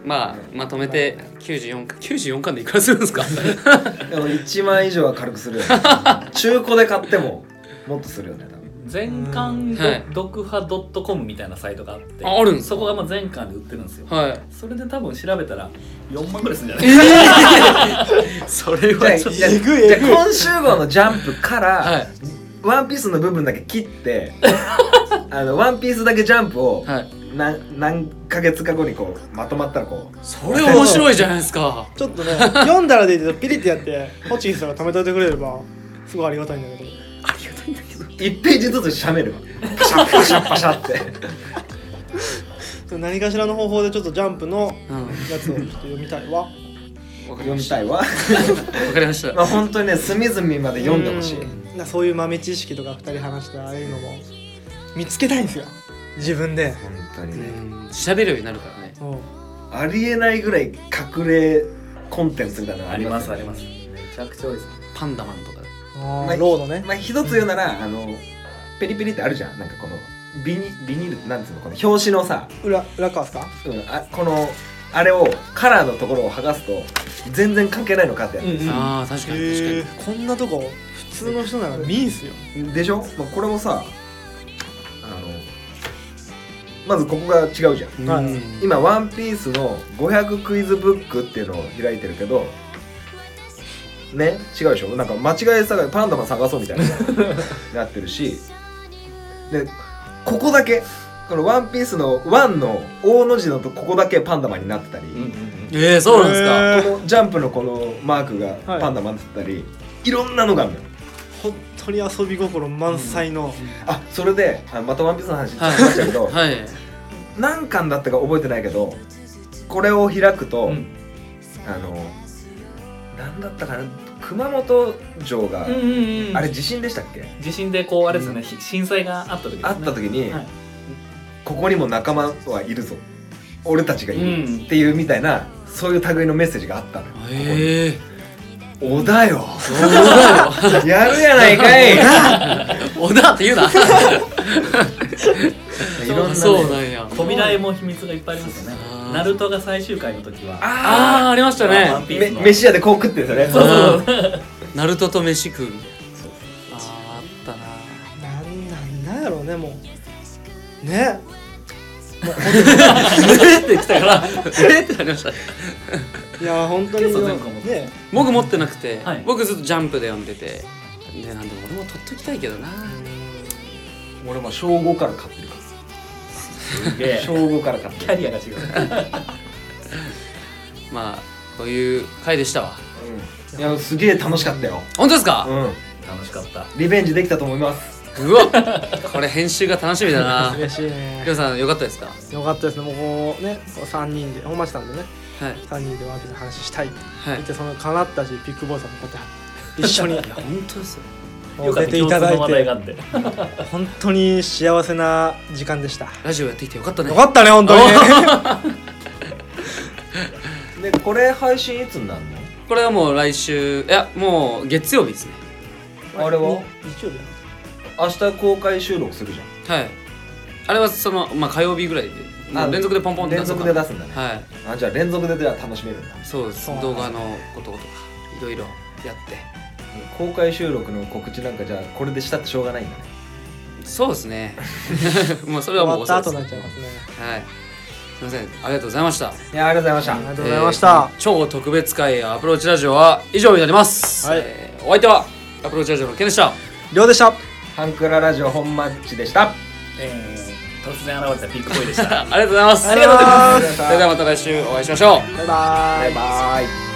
Speaker 1: まあまとめて94巻94巻でいくらするん (laughs) ですか
Speaker 3: でも1万以上は軽くするよ、ね、中古で買ってももっとするよね多分
Speaker 4: 全巻ど
Speaker 1: はい
Speaker 4: 読破 .com みたいなサイトがあって
Speaker 1: ああるんですか
Speaker 4: そこがまあ全巻で売ってるんですよ
Speaker 1: はい
Speaker 4: それで多分調べたら4万ぐらいするんじゃない (laughs)
Speaker 1: それ
Speaker 3: じゃあ
Speaker 1: はちょっ
Speaker 3: じゃあ
Speaker 2: えぐいえぐい
Speaker 3: じゃあ今週号のジャンプから、
Speaker 1: とはい
Speaker 3: ワンピースの部分だけ切って (laughs) あのワンピースだけジャンプを、
Speaker 1: はい
Speaker 3: 何何ヶ月か後にこうまとまったらこう
Speaker 1: それ面白いじゃないですか
Speaker 2: ちょっとね読んだらでいいけどピリってやってホチキスとか貯めといてくれればすごいありがたいんだけど
Speaker 3: 1ページずつしゃべるわパシャッパシャッパシャッって
Speaker 2: ちょっと何かしらの方法でちょっとジャンプの
Speaker 1: うんわ
Speaker 2: やつをちょっと読みたいわ
Speaker 1: かり
Speaker 3: 読
Speaker 1: ま
Speaker 3: み
Speaker 1: した
Speaker 3: たいわ
Speaker 1: わかりました
Speaker 3: まあ本当にね隅々まで読んでほしい
Speaker 2: うんなそういう豆知識とか2人話してああいうのも見つけたいんですよ自分で
Speaker 3: 本当にね
Speaker 1: うん調べるようになるからね
Speaker 2: そう
Speaker 3: ありえないぐらい隠れコンテンツみたいなの
Speaker 4: ありますあ
Speaker 3: よ
Speaker 4: り
Speaker 3: ね
Speaker 4: ますめちゃくちゃ多いです
Speaker 1: パンダマンとか
Speaker 2: あ
Speaker 3: まあ
Speaker 2: ーロードね
Speaker 3: まあ一つ言うならあのペリペリってあるじゃんなんかこのビニビニールってなんつうのこの表紙のさ、
Speaker 2: 裏裏側ですか
Speaker 3: うん、あこのあれをカラーのところを剥がすと全然関係ないのかってや
Speaker 2: うん
Speaker 1: ああ確かに確
Speaker 2: へ
Speaker 1: か
Speaker 2: えこんなとこ普通の人なら見んすよ
Speaker 3: つ、でしょ、まあ、これもさあのまずここが違うじゃん
Speaker 1: に、
Speaker 2: はい
Speaker 1: うん
Speaker 3: 今「ワンピースの500クイズブックっていうのを開いてるけどね違うでしょなんか間違い探しパンダマン探そうみたいななってるしでここだけこの「ワンピースの「ワンの大の字のとここだけパンダマンになってたり、
Speaker 4: うんうん
Speaker 1: ええそうなんですか、
Speaker 2: へえ
Speaker 3: このジャンプのこのマークが
Speaker 2: はい
Speaker 3: パンダマンになってたり、い、ろんなのがあるのよ
Speaker 2: 本当に遊び心満載の、
Speaker 3: あそれであまた「ワンピースの話に
Speaker 1: はい
Speaker 3: なっちゃうけど、
Speaker 1: はい
Speaker 3: 何巻だったか覚えてないけどこれを開くと、
Speaker 4: うん
Speaker 3: あの何だったかな熊本城が、
Speaker 4: うんうんうん
Speaker 3: あれ地震でしたっけ、
Speaker 4: 地震でこうあれですよね、ひ震災があった時ですね
Speaker 3: あった時に、
Speaker 4: はい
Speaker 3: ここにも仲間はいるぞ俺たちがい
Speaker 4: うん
Speaker 3: るっていうみたいな、そういう類のメッセージがあったのよここに
Speaker 1: ええ
Speaker 3: 織田よやるやないかい
Speaker 1: 小田って言うな
Speaker 3: いろんな、ね、
Speaker 1: そうなんや
Speaker 4: 扉絵も秘密がいっぱいありますよね
Speaker 1: あー
Speaker 4: ナルトが最終回の時は
Speaker 3: あ
Speaker 1: ああありました
Speaker 4: ワン
Speaker 1: ね
Speaker 4: ピー
Speaker 3: め
Speaker 4: スの
Speaker 3: 飯屋でこう食ってるんですよね
Speaker 1: そうナルトと飯食うみたいなあーあったな
Speaker 2: なんなんなんやろうねもうね
Speaker 1: えってきたからえってなりました
Speaker 2: いや本当に
Speaker 4: ケンさんなんかも
Speaker 2: ね
Speaker 1: 僕持ってなくて、
Speaker 4: はい
Speaker 1: 僕ずっとジャンプで読んでてでなんで俺も取っときたいけどな
Speaker 3: 俺も小5から買ってるか
Speaker 4: すげえ
Speaker 3: (laughs) ら小5から買って
Speaker 4: キ
Speaker 3: る、
Speaker 4: ャリアが違う
Speaker 1: まあこういう回でしたわ
Speaker 3: うん、いやすげえ楽しかったよ、
Speaker 1: 本当ですか、
Speaker 3: う
Speaker 4: 楽しかった
Speaker 3: ん、リベンジできたと思います
Speaker 1: うわこれ編集が楽しみだな
Speaker 2: 嬉しいね
Speaker 1: りょうさんよかったですかは
Speaker 2: よかったですねもうこうねこう3人で本町さんでね
Speaker 1: い
Speaker 2: 3人でワープの話したいって
Speaker 1: は
Speaker 2: 言
Speaker 1: い
Speaker 2: ってその叶ったしビッグボーイさんもこうやって一緒に
Speaker 1: 本当ですよ
Speaker 4: よかっ
Speaker 2: 出
Speaker 4: た
Speaker 2: ていただ
Speaker 4: 共
Speaker 2: い
Speaker 4: 通の話題があ
Speaker 2: て
Speaker 4: って
Speaker 2: 本当に幸せな時間でした
Speaker 1: ラジオやってきてよかったね
Speaker 2: よかったね本当に (laughs)
Speaker 3: でこれ配信いつになるの
Speaker 1: これはもう来週いやもう月曜日ですね
Speaker 3: あれは
Speaker 2: 日曜日
Speaker 3: 明日公開収録するじ
Speaker 1: はいあれはそのまあ火曜日ぐらいで
Speaker 3: ゃ
Speaker 1: も
Speaker 3: ん
Speaker 1: う連続でポンポンって
Speaker 3: 連
Speaker 1: そう
Speaker 3: 続
Speaker 1: か
Speaker 3: で出すんだね、
Speaker 1: はい
Speaker 3: あじゃあ連続でじゃあ楽しめるんだ
Speaker 1: そうです
Speaker 2: そうなんだ
Speaker 1: 動画のこととかいろいろやって
Speaker 3: 公開収録の告知なんかじゃあこれでしたってしょうがないんだね
Speaker 1: そうです
Speaker 2: (laughs)
Speaker 1: ねもうそれ
Speaker 2: 終
Speaker 1: はもう
Speaker 2: わった後
Speaker 1: 遅
Speaker 2: に
Speaker 1: い
Speaker 2: な
Speaker 1: で
Speaker 2: っ
Speaker 1: す
Speaker 2: ちゃいますね
Speaker 1: はいすいませんありがとうございました
Speaker 3: いやありがとうござ
Speaker 2: あ
Speaker 3: い
Speaker 2: り
Speaker 3: ま
Speaker 2: が
Speaker 3: し
Speaker 2: とうございました
Speaker 1: えー超特別会アプローチラジオは以上になります、
Speaker 2: はい
Speaker 1: えーお相手はアプローチラジオのケンでした (laughs)
Speaker 2: りょうでした
Speaker 3: たハンクララジオ本マッチでしたあ
Speaker 4: えー突然現れたピンクボーイでした
Speaker 1: ありがとうございます
Speaker 2: ありがとうございます
Speaker 1: それではまた来週お会いしましょう
Speaker 2: バイバーイ
Speaker 3: バイバイ